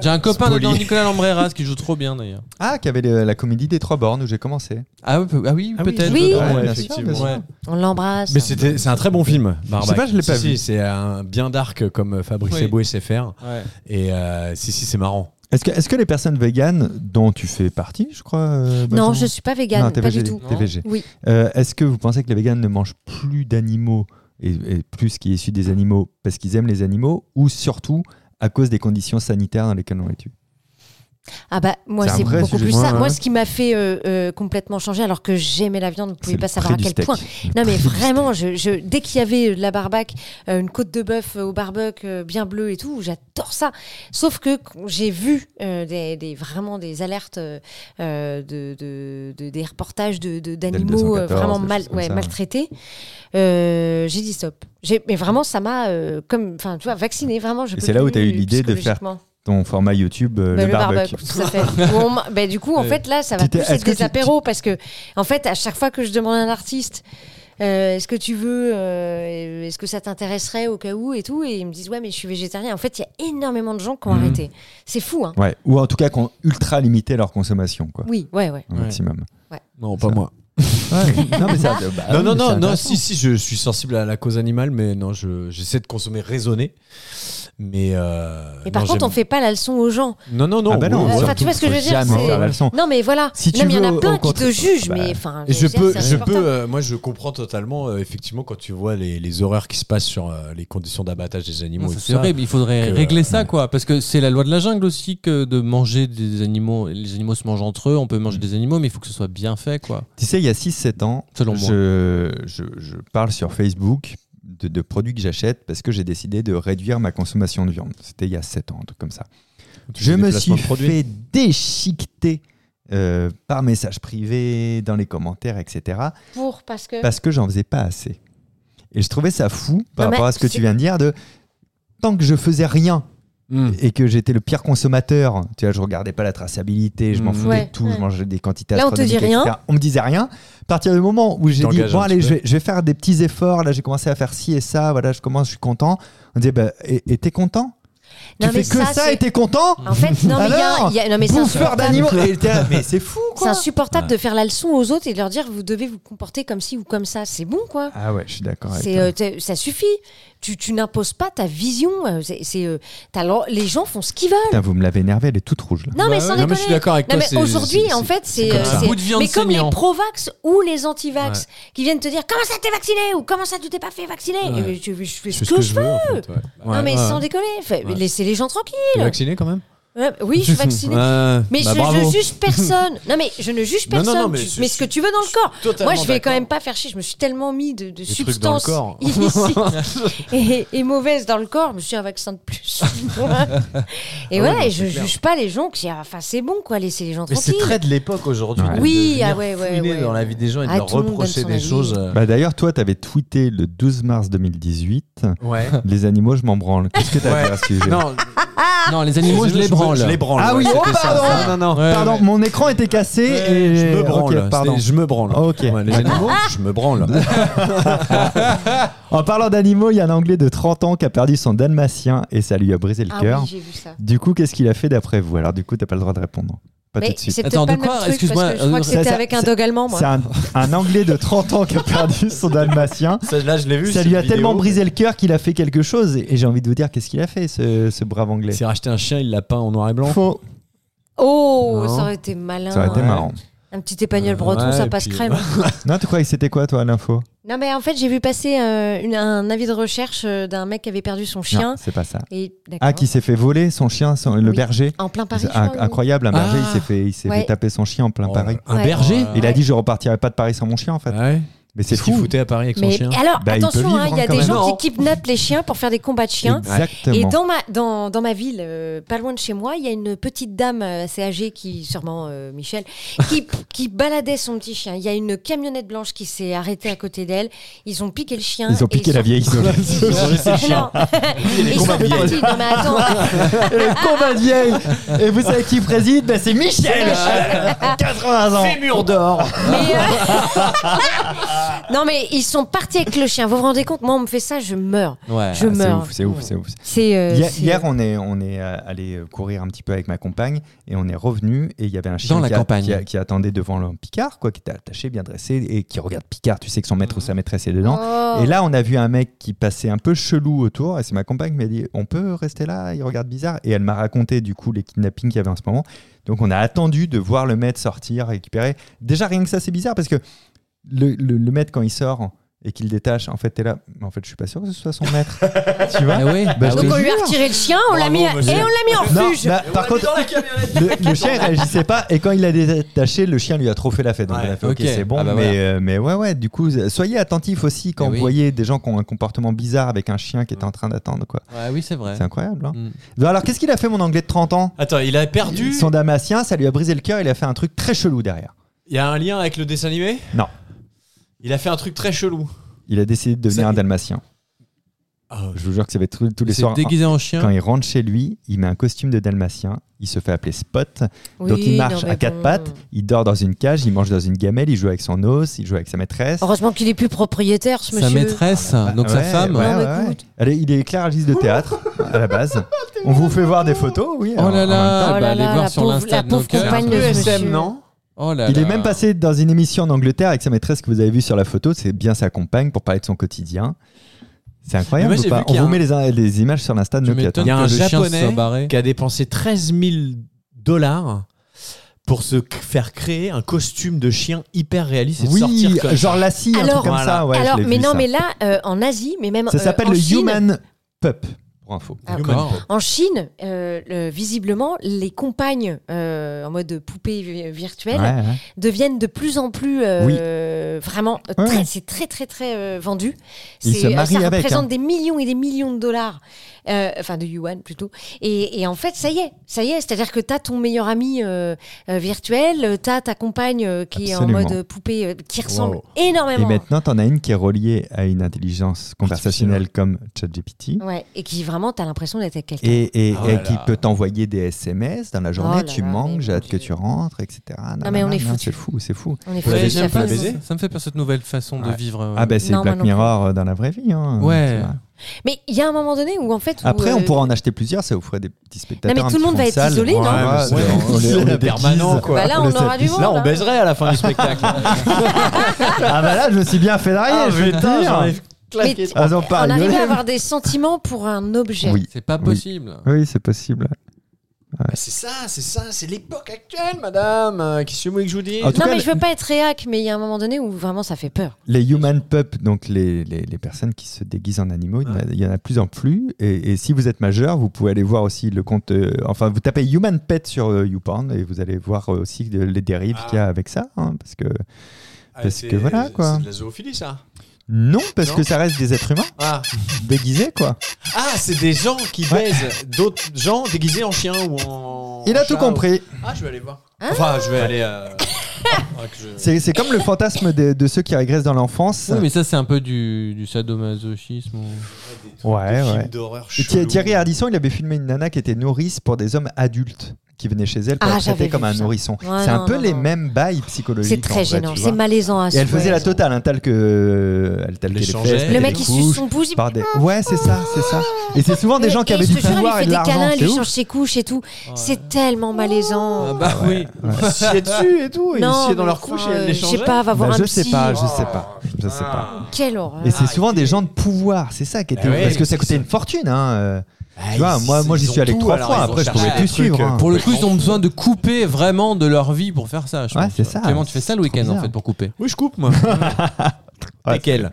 Speaker 3: J'ai un copain
Speaker 2: Spoli.
Speaker 3: dedans, Nicolas Lambreras, qui joue trop bien d'ailleurs.
Speaker 2: Ah, qui avait le- la comédie des trois bornes où j'ai commencé.
Speaker 3: Ah oui, peut- ah oui
Speaker 5: Ah oui,
Speaker 3: peut-être.
Speaker 4: Oui.
Speaker 3: dedans,
Speaker 2: Ouais, bien sûr,
Speaker 3: ouais.
Speaker 2: bien
Speaker 5: effectivement.
Speaker 2: sûr.
Speaker 3: Ouais.
Speaker 4: On l'embrasse.
Speaker 5: Mais c'était, c'est un très bon film. Barbac.
Speaker 2: sais pas, je l'ai pas
Speaker 5: Si,
Speaker 2: vu.
Speaker 5: si, c'est un bien dark comme Fabrice
Speaker 3: Oui.
Speaker 5: Eboué sait faire.
Speaker 3: Ouais.
Speaker 5: Et euh, si, si, c'est marrant.
Speaker 2: Est-ce que, est-ce que les personnes véganes dont tu fais partie, je crois euh,
Speaker 4: Non,
Speaker 2: Benjamin
Speaker 4: je suis pas végane,
Speaker 2: Non, t'es
Speaker 4: pas
Speaker 2: végé-
Speaker 4: du tout.
Speaker 2: t'es végé.
Speaker 4: Oui.
Speaker 2: Euh, Est-ce que vous pensez que les véganes ne mangent plus d'animaux et, et plus qui est issu des animaux parce qu'ils aiment les animaux ou surtout à cause des conditions sanitaires dans lesquelles on les tue
Speaker 4: Ah bah moi
Speaker 2: C'est un
Speaker 4: c'est
Speaker 2: vrai
Speaker 4: beaucoup
Speaker 2: sujet.
Speaker 4: plus
Speaker 2: Ouais,
Speaker 4: ça.
Speaker 2: ouais.
Speaker 4: Moi ce qui m'a fait euh, euh, complètement changer alors que j'aimais la viande, vous
Speaker 2: C'est
Speaker 4: pouvez
Speaker 2: le
Speaker 4: pas savoir à
Speaker 2: prix du steak.
Speaker 4: quel point.
Speaker 2: Le
Speaker 4: Non mais
Speaker 2: prix du
Speaker 4: vraiment, je, je- dès qu'il y avait de la barbaque, euh, une côte de bœuf euh, au barbecue euh, bien bleue et tout, j'adore ça. Sauf que quand j'ai vu euh, des, des- vraiment des alertes euh, euh, de, de- de- des reportages d'animaux de, d'animaux euh,
Speaker 2: 214,
Speaker 4: vraiment
Speaker 2: des
Speaker 4: mal,
Speaker 2: choses comme
Speaker 4: ouais,
Speaker 2: ça, ouais.
Speaker 4: maltraités. Euh, j'ai dit stop. J'ai- Mais vraiment ça m'a euh, comme enfin tu vois vacciné vraiment. je
Speaker 2: Et
Speaker 4: peux
Speaker 2: c'est là où
Speaker 4: plus,
Speaker 2: t'as eu l'idée de faire
Speaker 4: psychologiquement.
Speaker 2: Ton format YouTube, euh,
Speaker 4: Bah,
Speaker 2: le, barbecue.
Speaker 4: tout à fait. Où on m'a- bah, du coup, en
Speaker 3: Ouais.
Speaker 4: fait, là, ça va
Speaker 2: T'étais-
Speaker 4: plus
Speaker 2: est-ce
Speaker 4: être
Speaker 2: que
Speaker 4: des
Speaker 2: tu-
Speaker 4: apéros parce que, en fait, à chaque fois que je demande à un artiste, euh, est-ce que tu veux, euh, est-ce que ça t'intéresserait au cas où et tout, et ils me disent ouais, mais je suis végétarien. En fait, il y a énormément de gens qui ont
Speaker 3: Mhm.
Speaker 4: arrêté. C'est fou, hein.
Speaker 2: Ouais, ou en tout cas qu'on ultra limité leur consommation, quoi,
Speaker 4: Oui, ouais, ouais.
Speaker 2: au
Speaker 3: Ouais.
Speaker 2: maximum.
Speaker 5: Non,
Speaker 2: pas
Speaker 5: moi.
Speaker 2: non, mais ça, bah,
Speaker 5: Non,
Speaker 2: oui, mais c'est
Speaker 5: non, non, non,
Speaker 2: intéressant.
Speaker 5: si, si, je suis sensible à la cause animale, mais non, je- j'essaie de consommer raisonné. Mais. euh,
Speaker 4: Et par
Speaker 5: non,
Speaker 4: contre,
Speaker 5: j'aime-
Speaker 4: on fait pas la leçon aux gens.
Speaker 5: Non, non, non.
Speaker 2: Ah bah non,
Speaker 5: oui,
Speaker 4: Enfin,
Speaker 5: surtout,
Speaker 4: tu vois ce que
Speaker 5: faut
Speaker 4: je veux dire,
Speaker 5: jamais
Speaker 4: c'est-
Speaker 5: faire la leçon.
Speaker 4: Non, mais voilà.
Speaker 2: Si tu
Speaker 4: non, mais il y en
Speaker 2: veux,
Speaker 4: a
Speaker 2: au
Speaker 4: plein qui te
Speaker 2: contraire-
Speaker 4: jugent,
Speaker 2: Bah,
Speaker 4: mais enfin.
Speaker 5: Et je
Speaker 4: veux dire,
Speaker 5: peux,
Speaker 4: c'est
Speaker 5: je peux,
Speaker 4: insupportable.
Speaker 5: euh, moi je comprends totalement, euh, effectivement, quand tu vois les, les horreurs qui se passent sur euh, les conditions d'abattage des
Speaker 3: Non,
Speaker 5: animaux et
Speaker 3: ça,
Speaker 5: tout
Speaker 3: C'est
Speaker 5: ça.
Speaker 3: horrible, il faudrait
Speaker 5: que,
Speaker 3: régler
Speaker 5: euh,
Speaker 3: ça, quoi. Parce que c'est la loi de la jungle aussi que de manger des animaux. Les animaux se mangent entre eux, on peut manger
Speaker 2: Mm.
Speaker 3: des animaux, mais il faut que ce soit bien fait, quoi.
Speaker 2: Tu sais, il y a 6-7 ans,
Speaker 3: Selon moi.
Speaker 2: je, je, je parle sur Facebook de, de produits que j'achète parce que j'ai décidé de réduire ma consommation de viande. C'était il y a 7 ans, un truc comme ça.
Speaker 5: Tu
Speaker 2: Je
Speaker 5: fais des
Speaker 2: me
Speaker 5: placements
Speaker 2: suis
Speaker 5: de produits.
Speaker 2: fait déchiqueter euh, par message privé, dans les commentaires, etc.
Speaker 4: Pour, parce que.
Speaker 2: Parce que j'en faisais pas assez. Et je trouvais ça fou par
Speaker 4: Non, mais
Speaker 2: rapport à ce que
Speaker 4: c'est-
Speaker 2: tu viens de dire de tant que je faisais rien
Speaker 5: Mm.
Speaker 2: et que j'étais le pire consommateur, tu vois, je regardais pas la traçabilité, je m'en
Speaker 5: Mm.
Speaker 2: foutais
Speaker 4: Ouais,
Speaker 2: de tout,
Speaker 4: ouais.
Speaker 2: je mangeais des quantités
Speaker 4: Là, on te dit
Speaker 2: astronomiques,
Speaker 4: rien.
Speaker 2: etc. On me disait rien. À partir du moment où j'ai dit,
Speaker 5: T'engages
Speaker 2: bon,
Speaker 5: un
Speaker 2: allez,
Speaker 5: petit
Speaker 2: je vais, je vais faire des petits efforts, là, j'ai commencé à faire ci et ça, voilà, je commence, je suis content. On disait, bah, et et t'es content
Speaker 4: Non,
Speaker 2: Tu
Speaker 4: mais
Speaker 2: fais que ça,
Speaker 4: c'est-
Speaker 2: et t'es content
Speaker 4: En fait, non, mais il y a-
Speaker 2: Alors,
Speaker 4: il y a. Non, mais c'est
Speaker 2: Bouffeur
Speaker 4: insupportable.
Speaker 2: d'animaux Et t'es là, Mais c'est fou,
Speaker 4: C'est
Speaker 2: quoi
Speaker 4: insupportable
Speaker 5: Ouais.
Speaker 4: de faire la leçon aux autres et de leur dire vous devez vous comporter comme ci ou comme ça. C'est bon, quoi.
Speaker 2: Ah ouais, je suis d'accord avec
Speaker 4: C'est,
Speaker 2: toi.
Speaker 4: euh, t'es- ça suffit. Tu, tu n'imposes pas ta vision. euh, C'est, c'est, euh, t'as le- les gens font ce qu'ils veulent.
Speaker 2: Putain, vous me l'avez énervé, elle est toute rouge, là.
Speaker 4: Non, mais
Speaker 3: Bah ouais.
Speaker 4: sans
Speaker 5: Bah Non, mais je suis
Speaker 4: déconner.
Speaker 5: d'accord avec
Speaker 4: Non,
Speaker 5: toi.
Speaker 4: mais
Speaker 5: c'est-
Speaker 4: aujourd'hui,
Speaker 5: c'est-
Speaker 4: en fait, c'est.
Speaker 5: comme
Speaker 4: euh,
Speaker 5: ça.
Speaker 4: c'est-
Speaker 3: Un bout de viande
Speaker 4: mais comme les
Speaker 3: saignant.
Speaker 4: pro-vax ou les anti-vax qui viennent te dire comment ça t'es vacciné ou comment ça tu t'es pas fait vacciner.
Speaker 5: Ouais.
Speaker 4: Et Je, je fais
Speaker 5: Je
Speaker 4: ce que je veux.
Speaker 5: veux. en fait, ouais.
Speaker 4: non,
Speaker 5: Ouais,
Speaker 4: mais
Speaker 5: ouais.
Speaker 4: sans déconner. Fait-
Speaker 5: Ouais.
Speaker 4: Laissez les gens tranquilles.
Speaker 5: T'es vacciné quand même
Speaker 4: Ouais, Oui, je suis vacciné.
Speaker 6: Euh,
Speaker 5: Ouais.
Speaker 4: Mais
Speaker 5: Bah,
Speaker 4: je,
Speaker 5: bravo.
Speaker 4: je juge personne. Non, mais je ne juge
Speaker 5: Non, non,
Speaker 4: personne.
Speaker 5: non, mais
Speaker 4: Tu
Speaker 5: je
Speaker 4: mets
Speaker 5: suis
Speaker 4: ce que tu veux dans le corps.
Speaker 5: totalement
Speaker 4: Moi, je vais quand
Speaker 5: d'accord.
Speaker 4: même pas faire chier. Je me suis tellement mis de, de
Speaker 5: trucs dans le
Speaker 4: substances
Speaker 5: corps.
Speaker 4: illicites et, et mauvaises dans le corps. Je me suis dit, un vaccin de plus.
Speaker 2: Ah
Speaker 4: et voilà, et je juge pas les gens qui. Enfin, c'est bon, quoi. Laissez les gens
Speaker 6: Mais c'est
Speaker 4: tranquilles.
Speaker 6: très de l'époque aujourd'hui.
Speaker 2: Ouais.
Speaker 6: de
Speaker 4: Oui,
Speaker 6: venir
Speaker 4: ah ouais, ouais,
Speaker 6: fouiner
Speaker 4: ouais.
Speaker 6: dans la vie des gens et de
Speaker 4: Ah,
Speaker 6: leur
Speaker 4: tout le monde donne
Speaker 6: reprocher
Speaker 4: son
Speaker 6: des
Speaker 4: avis.
Speaker 6: choses. euh,
Speaker 2: Bah, D'ailleurs, toi, t'avais tweeté le 12 mars 2018,
Speaker 6: Ouais.
Speaker 2: les animaux, je m'en branle. Qu'est-ce que t'as à dire à ce sujet
Speaker 5: Non,
Speaker 3: non, les animaux, je les branle.
Speaker 5: Je les branle.
Speaker 2: Ah oui,
Speaker 5: ouais,
Speaker 2: oh,
Speaker 5: c'était ça.
Speaker 2: pardon.
Speaker 5: Non, non, non.
Speaker 3: Ouais,
Speaker 2: Pardon,
Speaker 3: ouais.
Speaker 2: mon écran était cassé et
Speaker 5: Je me branle.
Speaker 2: Ok, pardon.
Speaker 5: C'était- Je me branle.
Speaker 2: Ok.
Speaker 5: Ouais, les animaux, je me branle.
Speaker 2: En parlant d'animaux, il y a un Anglais de 30 ans qui a perdu son dalmatien et ça lui a brisé le
Speaker 4: Ah
Speaker 2: cœur.
Speaker 4: oui, j'ai vu ça.
Speaker 2: Du coup, qu'est-ce qu'il a fait d'après vous Alors du coup, t'as pas le droit de répondre. Pas
Speaker 4: Mais
Speaker 2: tout de
Speaker 4: c'est
Speaker 2: suite.
Speaker 4: peut-être
Speaker 3: Attends,
Speaker 4: pas
Speaker 3: de
Speaker 4: le même
Speaker 3: quoi
Speaker 4: truc.
Speaker 3: Excuse-moi,
Speaker 4: parce que je crois
Speaker 3: euh,
Speaker 4: que c'était
Speaker 2: ça-
Speaker 4: avec
Speaker 2: ça-
Speaker 4: un dog allemand, moi.
Speaker 2: C'est un, un Anglais de 30 ans qui a perdu son dalmatien.
Speaker 6: Ça, là, je l'ai vu.
Speaker 2: Ça lui a tellement brisé le cœur qu'il a fait quelque chose. Et et j'ai envie de vous dire, qu'est-ce qu'il a fait, ce, ce brave Anglais
Speaker 5: Il s'est racheté un chien, il l'a peint en noir et blanc.
Speaker 2: Faux.
Speaker 4: Oh,
Speaker 5: Non.
Speaker 4: ça aurait été malin.
Speaker 2: Ça aurait été
Speaker 5: Ouais.
Speaker 2: marrant.
Speaker 4: Un petit épagneul breton,
Speaker 5: Ouais,
Speaker 4: ça
Speaker 5: et
Speaker 4: passe
Speaker 5: puis-
Speaker 4: crème.
Speaker 2: Non, tu croyais que c'était quoi, toi, l'info
Speaker 4: Non, mais en fait, j'ai vu passer euh, une- un avis de recherche euh, d'un mec qui avait perdu son chien.
Speaker 2: Non, c'est pas ça.
Speaker 4: Et,
Speaker 2: Ah,
Speaker 4: d'accord.
Speaker 2: qui s'est fait voler son chien, son- le
Speaker 4: Oui.
Speaker 2: berger.
Speaker 4: En plein Paris, je
Speaker 2: Inc-
Speaker 4: crois, ou-
Speaker 2: incroyable, un berger, il s'est fait, il s'est
Speaker 4: Ouais.
Speaker 2: fait taper son chien en plein
Speaker 5: Oh,
Speaker 2: Paris.
Speaker 5: Un
Speaker 4: Ouais.
Speaker 5: berger
Speaker 2: Il a
Speaker 4: Ouais.
Speaker 2: dit, je repartirai pas de Paris sans mon chien, en fait.
Speaker 5: Ouais.
Speaker 2: Mais c'est
Speaker 7: ce qu'il
Speaker 2: fou.
Speaker 7: foutait à Paris avec son
Speaker 4: Mais
Speaker 7: chien.
Speaker 4: alors,
Speaker 2: Bah, il peut
Speaker 4: attention,
Speaker 2: vivre,
Speaker 4: hein, il y
Speaker 2: hein,
Speaker 4: a
Speaker 2: quand
Speaker 4: des
Speaker 2: même.
Speaker 4: gens
Speaker 3: Non.
Speaker 4: qui kidnappent les chiens pour faire des combats de chiens.
Speaker 2: Exactement.
Speaker 4: Et hein, dans ma, dans, dans ma ville, euh, pas loin de chez moi, il y a une petite dame euh, assez âgée, qui, sûrement euh, Michel, qui, qui baladait son petit chien. Il y a une camionnette blanche qui s'est arrêtée à côté d'elle. Ils ont piqué le chien.
Speaker 2: Ils ont
Speaker 4: et
Speaker 2: piqué la
Speaker 4: sont-
Speaker 2: vieille Isolde.
Speaker 4: Ils ont- Non. Ils sont partis. Non, mais attends.
Speaker 2: Le combat de vieille. Et vous savez qui préside Ben, C'est Michel 80 ans Fémur d'or
Speaker 4: Mais, euh, non, mais ils sont partis avec le chien. Vous vous rendez compte Moi, on me fait ça, je meurs.
Speaker 3: Ouais.
Speaker 4: Je
Speaker 2: C'est
Speaker 4: meurs.
Speaker 2: ouf, c'est ouf, c'est ouf.
Speaker 4: C'est. euh,
Speaker 2: Hier,
Speaker 4: c'est-
Speaker 2: hier, on est, on est euh, allé courir un petit peu avec ma compagne et on est revenu et il y avait un chien
Speaker 3: Dans la
Speaker 2: qui, a-
Speaker 3: campagne.
Speaker 2: qui a- qui attendait devant le Picard, quoi, qui était attaché, bien dressé et qui regarde Picard. Tu sais que son maître ou sa maîtresse est dedans.
Speaker 4: Mhm. Oh.
Speaker 2: Et là, on a vu un mec qui passait un peu chelou autour, et c'est ma compagne qui m'a dit On peut rester là Il regarde bizarre. Et elle m'a raconté du coup les kidnappings qu'il y avait en ce moment. Donc on a attendu de voir le maître sortir, récupérer. Déjà, rien que ça, c'est bizarre parce que le, le- le maître, quand il sort et qu'il détache, en fait, t'es là. Mais en fait, je suis pas sûr que ce soit son maître. tu vois
Speaker 3: Ah oui,
Speaker 2: Bah,
Speaker 3: bah
Speaker 2: je
Speaker 4: Donc,
Speaker 2: te
Speaker 4: on lui a
Speaker 2: jure. Oh
Speaker 4: retiré le chien, on l'a mis, à-
Speaker 6: monsieur.
Speaker 4: et on l'a mis en
Speaker 2: Non,
Speaker 4: refuge.
Speaker 2: bah, par contre, le, le chien il réagissait pas et quand il l'a détaché, le chien lui a trop fait la fête. Donc
Speaker 6: Ouais,
Speaker 2: elle a fait
Speaker 3: ok.
Speaker 2: ok, c'est bon,
Speaker 3: Ah bah
Speaker 2: mais,
Speaker 3: voilà.
Speaker 2: euh, mais ouais, ouais, du coup, soyez attentifs aussi quand
Speaker 3: Eh
Speaker 2: vous
Speaker 3: oui.
Speaker 2: voyez des gens qui ont un comportement bizarre avec un chien qui était en train d'attendre, quoi.
Speaker 3: Ouais, oui, c'est vrai.
Speaker 2: C'est incroyable. hein.
Speaker 3: Mm.
Speaker 2: Donc, Alors, qu'est-ce qu'il a fait, mon anglais de 30 ans
Speaker 5: Attends, il a perdu.
Speaker 2: Son damasien, ça lui a brisé le cœur, il a fait un truc très chelou derrière.
Speaker 5: Il y a un lien avec le dessin animé
Speaker 2: Non.
Speaker 5: Il a fait un truc très chelou.
Speaker 2: Il a décidé de devenir
Speaker 5: Ça-
Speaker 2: un dalmatien.
Speaker 5: Ah,
Speaker 2: Je vous jure que ça va être tous, tous les
Speaker 3: Il s'est
Speaker 2: soirs. hein.
Speaker 3: déguisé hein. en
Speaker 2: Quand
Speaker 3: chien.
Speaker 2: il rentre chez lui, il met un costume de dalmatien, il se fait appeler Spot, donc
Speaker 4: Oui,
Speaker 2: il marche
Speaker 4: non, mais
Speaker 2: à quatre
Speaker 4: bon. euh.
Speaker 2: pattes, il dort dans une cage, il mange dans une gamelle, il joue avec son os, il joue avec sa maîtresse.
Speaker 4: Heureusement qu'il est plus propriétaire, ce
Speaker 3: Sa
Speaker 4: monsieur.
Speaker 3: maîtresse, donc sa
Speaker 2: Ah bah Ouais,
Speaker 3: femme.
Speaker 2: ouais,
Speaker 4: Non, mais
Speaker 2: ouais, ouais.
Speaker 4: écoute.
Speaker 2: Elle est- il est éclairagiste de théâtre à la base. On vous fait voir des photos, oui. en-
Speaker 3: Oh
Speaker 2: en
Speaker 3: là
Speaker 2: même
Speaker 3: là,
Speaker 2: temps.
Speaker 4: Oh
Speaker 3: bah,
Speaker 4: là
Speaker 3: allez
Speaker 4: là,
Speaker 3: voir
Speaker 4: la
Speaker 3: sur
Speaker 4: pauvre-
Speaker 3: l'Insta
Speaker 4: la
Speaker 3: de
Speaker 4: pauvre
Speaker 3: nos
Speaker 2: euh,
Speaker 3: cœurs.
Speaker 4: compagne de ce
Speaker 5: ESM,
Speaker 4: monsieur.
Speaker 5: non
Speaker 3: Oh là
Speaker 2: Il est
Speaker 3: là.
Speaker 2: même passé dans une émission en Angleterre avec sa maîtresse que vous avez vue sur la photo. C'est bien sa compagne pour parler de son quotidien. C'est incroyable.
Speaker 5: Mais moi,
Speaker 2: ou
Speaker 5: j'ai
Speaker 2: pas
Speaker 5: vu
Speaker 2: On
Speaker 5: qu'il y a
Speaker 2: vous
Speaker 5: un-
Speaker 2: met les, in- les images sur l'insta de
Speaker 3: Tu
Speaker 2: Nokia.
Speaker 3: m'étonnes
Speaker 5: Il y a
Speaker 3: que
Speaker 5: un
Speaker 3: le chien se
Speaker 5: Japonais
Speaker 3: soit barré.
Speaker 5: Qui a dépensé 13 000 dollars pour se c- faire créer un costume de chien hyper réaliste et de
Speaker 2: Oui,
Speaker 5: sortir comme
Speaker 2: genre la scie, un
Speaker 4: Alors-
Speaker 2: truc comme ça. Ah ouais, je
Speaker 4: Alors,
Speaker 2: l'ai
Speaker 4: mais
Speaker 2: vu,
Speaker 4: non,
Speaker 2: ça.
Speaker 4: mais là, euh, en Asie, mais même
Speaker 2: Ça
Speaker 4: euh,
Speaker 2: s'appelle
Speaker 4: en
Speaker 2: le
Speaker 4: Chine,
Speaker 2: Human Pup, pour info.
Speaker 4: Ah,
Speaker 3: D'accord.
Speaker 4: En Chine, euh, le- visiblement, les compagnes euh, en mode poupée vi- virtuelle
Speaker 2: Ouais, ouais.
Speaker 4: deviennent de plus en plus euh, vraiment euh,
Speaker 2: Ouais.
Speaker 4: très- c'est très très très euh, vendu.
Speaker 2: Ils
Speaker 4: C'est- euh,
Speaker 2: se marient
Speaker 4: ça
Speaker 2: avec,
Speaker 4: représente
Speaker 2: hein.
Speaker 4: des millions et des millions de dollars, euh, enfin de yuan plutôt. Et, et en fait, ça y est, ça y est, c'est-à-dire que t'as ton meilleur ami euh, euh, virtuel, euh, t'as ta compagne euh, qui est en
Speaker 2: Absolument.
Speaker 4: mode poupée euh, qui ressemble énormément.
Speaker 2: Et maintenant, t'en as une qui est reliée à une intelligence conversationnelle comme ChatGPT.
Speaker 4: Ouais, et qui vraiment, t'as l'impression d'être avec quelqu'un.
Speaker 2: et, et-
Speaker 5: Ah
Speaker 3: Oh là
Speaker 2: et qui
Speaker 3: là.
Speaker 2: peut t'envoyer des SMS dans la journée.
Speaker 4: Oh là
Speaker 2: tu
Speaker 4: là, mais
Speaker 2: manques, j'ai
Speaker 4: mon
Speaker 2: hâte que
Speaker 4: Dieu.
Speaker 2: tu rentres, etc.
Speaker 4: Non, mais on est
Speaker 2: Nanana,
Speaker 4: foutus.
Speaker 2: C'est fou, c'est fou.
Speaker 4: On est
Speaker 3: Ouais,
Speaker 4: fâchés,
Speaker 3: j'aime pas
Speaker 4: fâchés.
Speaker 3: ça. Ça me fait peur cette nouvelle façon de
Speaker 2: Ouais.
Speaker 3: vivre. euh,
Speaker 2: Ah bah c'est
Speaker 4: Non, moi
Speaker 2: Black
Speaker 4: non plus.
Speaker 2: Mirror euh, dans la vraie vie. hein,
Speaker 3: Ouais.
Speaker 2: tu vois.
Speaker 4: Mais il y a un moment donné où en fait. où,
Speaker 2: Après, on
Speaker 4: euh,
Speaker 2: pourra en acheter plusieurs, ça offrait des petits spectateurs.
Speaker 4: Non, mais
Speaker 2: un
Speaker 4: tout le
Speaker 2: petit
Speaker 4: monde va
Speaker 2: fond
Speaker 4: être
Speaker 2: sale.
Speaker 4: isolé, non
Speaker 2: Ouais,
Speaker 5: Ouais,
Speaker 2: ouais, on les- on les
Speaker 5: permanent,
Speaker 2: déguise.
Speaker 5: quoi.
Speaker 4: Bah là, on
Speaker 2: Le
Speaker 4: aura du
Speaker 2: service.
Speaker 4: monde.
Speaker 5: Là,
Speaker 4: hein.
Speaker 5: on baiserait à la fin du spectacle. Ah,
Speaker 2: Ah bah là, je me suis bien fait draguer, je vais
Speaker 5: putain, j'en
Speaker 2: te
Speaker 5: ai
Speaker 2: dire.
Speaker 4: Mais
Speaker 5: Claqué.
Speaker 4: t-
Speaker 2: Elles ont pas
Speaker 4: on arrive
Speaker 2: rigolé.
Speaker 4: à avoir des sentiments pour un objet.
Speaker 2: Oui,
Speaker 3: C'est pas
Speaker 2: Oui.
Speaker 3: possible.
Speaker 2: oui c'est possible.
Speaker 5: Ah, c'est ça, c'est ça, c'est l'époque actuelle, madame. Euh, Qu'est-ce que vous voulez que je vous dise
Speaker 2: En tout
Speaker 4: non,
Speaker 2: cas,
Speaker 4: mais je veux pas être réac, mais il y a un moment donné où vraiment ça fait peur.
Speaker 2: Les human pup, donc les, les, les personnes qui se déguisent en animaux, il y en a- il y en a de plus en plus. Et, et si vous êtes majeur, vous pouvez aller voir aussi le compte. euh, enfin, vous tapez human pet sur euh, YouPorn et vous allez voir euh, aussi de- les dérives
Speaker 5: Ah.
Speaker 2: qu'il y a avec ça. hein, parce que
Speaker 5: Ah,
Speaker 2: parce
Speaker 5: c'est-
Speaker 2: que voilà, quoi.
Speaker 5: C'est de la zoophilie, ça.
Speaker 2: non, parce
Speaker 5: Non.
Speaker 2: que ça reste des êtres humains
Speaker 5: Ah,
Speaker 2: déguisés, quoi.
Speaker 5: ah c'est des gens qui
Speaker 2: Ouais.
Speaker 5: baisent d'autres gens déguisés en chien ou en.
Speaker 2: Il a
Speaker 5: en
Speaker 2: tout
Speaker 5: chat
Speaker 2: compris.
Speaker 5: ou- Ah, je vais aller voir.
Speaker 4: Hein
Speaker 5: Enfin, je vais aller. euh, ouais, que je-
Speaker 2: C'est c'est comme le fantasme de, de ceux qui régressent dans l'enfance.
Speaker 3: Oui, mais ça, c'est un peu du, du sadomasochisme. ou-
Speaker 2: Ouais,
Speaker 5: Des films
Speaker 2: ouais.
Speaker 5: d'horreur
Speaker 2: Et Thi-
Speaker 5: chelous.
Speaker 2: Thierry Ardisson, il avait filmé une nana qui était nourrice pour des hommes adultes qui venaient chez elle pour
Speaker 4: Ah,
Speaker 2: la traiter
Speaker 4: j'avais
Speaker 2: comme
Speaker 4: vu
Speaker 2: un
Speaker 4: ça.
Speaker 2: nourrisson.
Speaker 4: Ouais,
Speaker 2: c'est un
Speaker 4: non,
Speaker 2: peu
Speaker 4: non,
Speaker 2: les
Speaker 4: non.
Speaker 2: mêmes bails psychologiques.
Speaker 4: C'est
Speaker 2: en vrai,
Speaker 4: très
Speaker 2: bah, tu
Speaker 4: gênant,
Speaker 2: vois.
Speaker 4: c'est malaisant à
Speaker 2: Et elle
Speaker 4: souhait.
Speaker 2: faisait la totale, hein, telle que. euh, Elle telle
Speaker 5: Les
Speaker 2: que les fesses,
Speaker 5: changeait.
Speaker 2: telle
Speaker 4: Le
Speaker 2: que
Speaker 4: mec
Speaker 2: les
Speaker 4: il
Speaker 2: couches,
Speaker 4: suce son pouce. il-
Speaker 2: par des- Ouais, c'est ça, c'est ça. Et c'est souvent des
Speaker 4: Et-
Speaker 2: gens qui
Speaker 4: et
Speaker 2: avaient
Speaker 4: je
Speaker 2: du
Speaker 4: te jure,
Speaker 2: pouvoir et
Speaker 4: il fait
Speaker 2: de
Speaker 4: des
Speaker 2: l'argent.
Speaker 4: câlins, il
Speaker 2: c'est
Speaker 4: lui
Speaker 2: ouf.
Speaker 4: change ses couches et tout. C'est tellement
Speaker 3: Ah
Speaker 4: malaisant.
Speaker 3: bah oui.
Speaker 2: ouais.
Speaker 5: chiaient dessus et tout. Ils
Speaker 4: Non,
Speaker 5: chiaient dans
Speaker 4: mais
Speaker 5: leur couche et
Speaker 4: enfin,
Speaker 5: elles les
Speaker 4: euh, Je sais
Speaker 5: changeaient.
Speaker 4: pas, va voir
Speaker 2: Bah,
Speaker 4: un euh,
Speaker 2: je sais
Speaker 4: psy.
Speaker 2: pas, je sais pas. Je sais pas.
Speaker 4: Quelle
Speaker 5: Ah.
Speaker 4: horreur.
Speaker 2: Et c'est souvent des gens de pouvoir, c'est ça qui était.
Speaker 5: Bah ouais,
Speaker 2: parce que ça
Speaker 5: c'est
Speaker 2: coûtait
Speaker 5: ça.
Speaker 2: une fortune. Hein. euh.
Speaker 5: Ah,
Speaker 2: Tu vois,
Speaker 5: ils-
Speaker 2: moi, moi
Speaker 5: ils
Speaker 2: j'y
Speaker 5: ont
Speaker 2: suis allé
Speaker 5: tout,
Speaker 2: trois
Speaker 5: alors,
Speaker 2: fois.
Speaker 5: ils ont
Speaker 2: Après, je
Speaker 5: cherché
Speaker 2: pouvais
Speaker 5: un
Speaker 2: plus
Speaker 5: truc,
Speaker 2: suivre.
Speaker 5: euh,
Speaker 2: hein.
Speaker 3: Pour le coup, ils ont besoin de couper vraiment de leur vie pour faire ça. je
Speaker 2: Ouais,
Speaker 3: pense.
Speaker 2: c'est ça.
Speaker 3: Clément, tu fais ça le
Speaker 2: C'est trop
Speaker 3: week-end en
Speaker 2: bizarre.
Speaker 3: fait pour couper.
Speaker 5: Oui, je coupe, moi.
Speaker 2: Ouais,
Speaker 5: Lesquels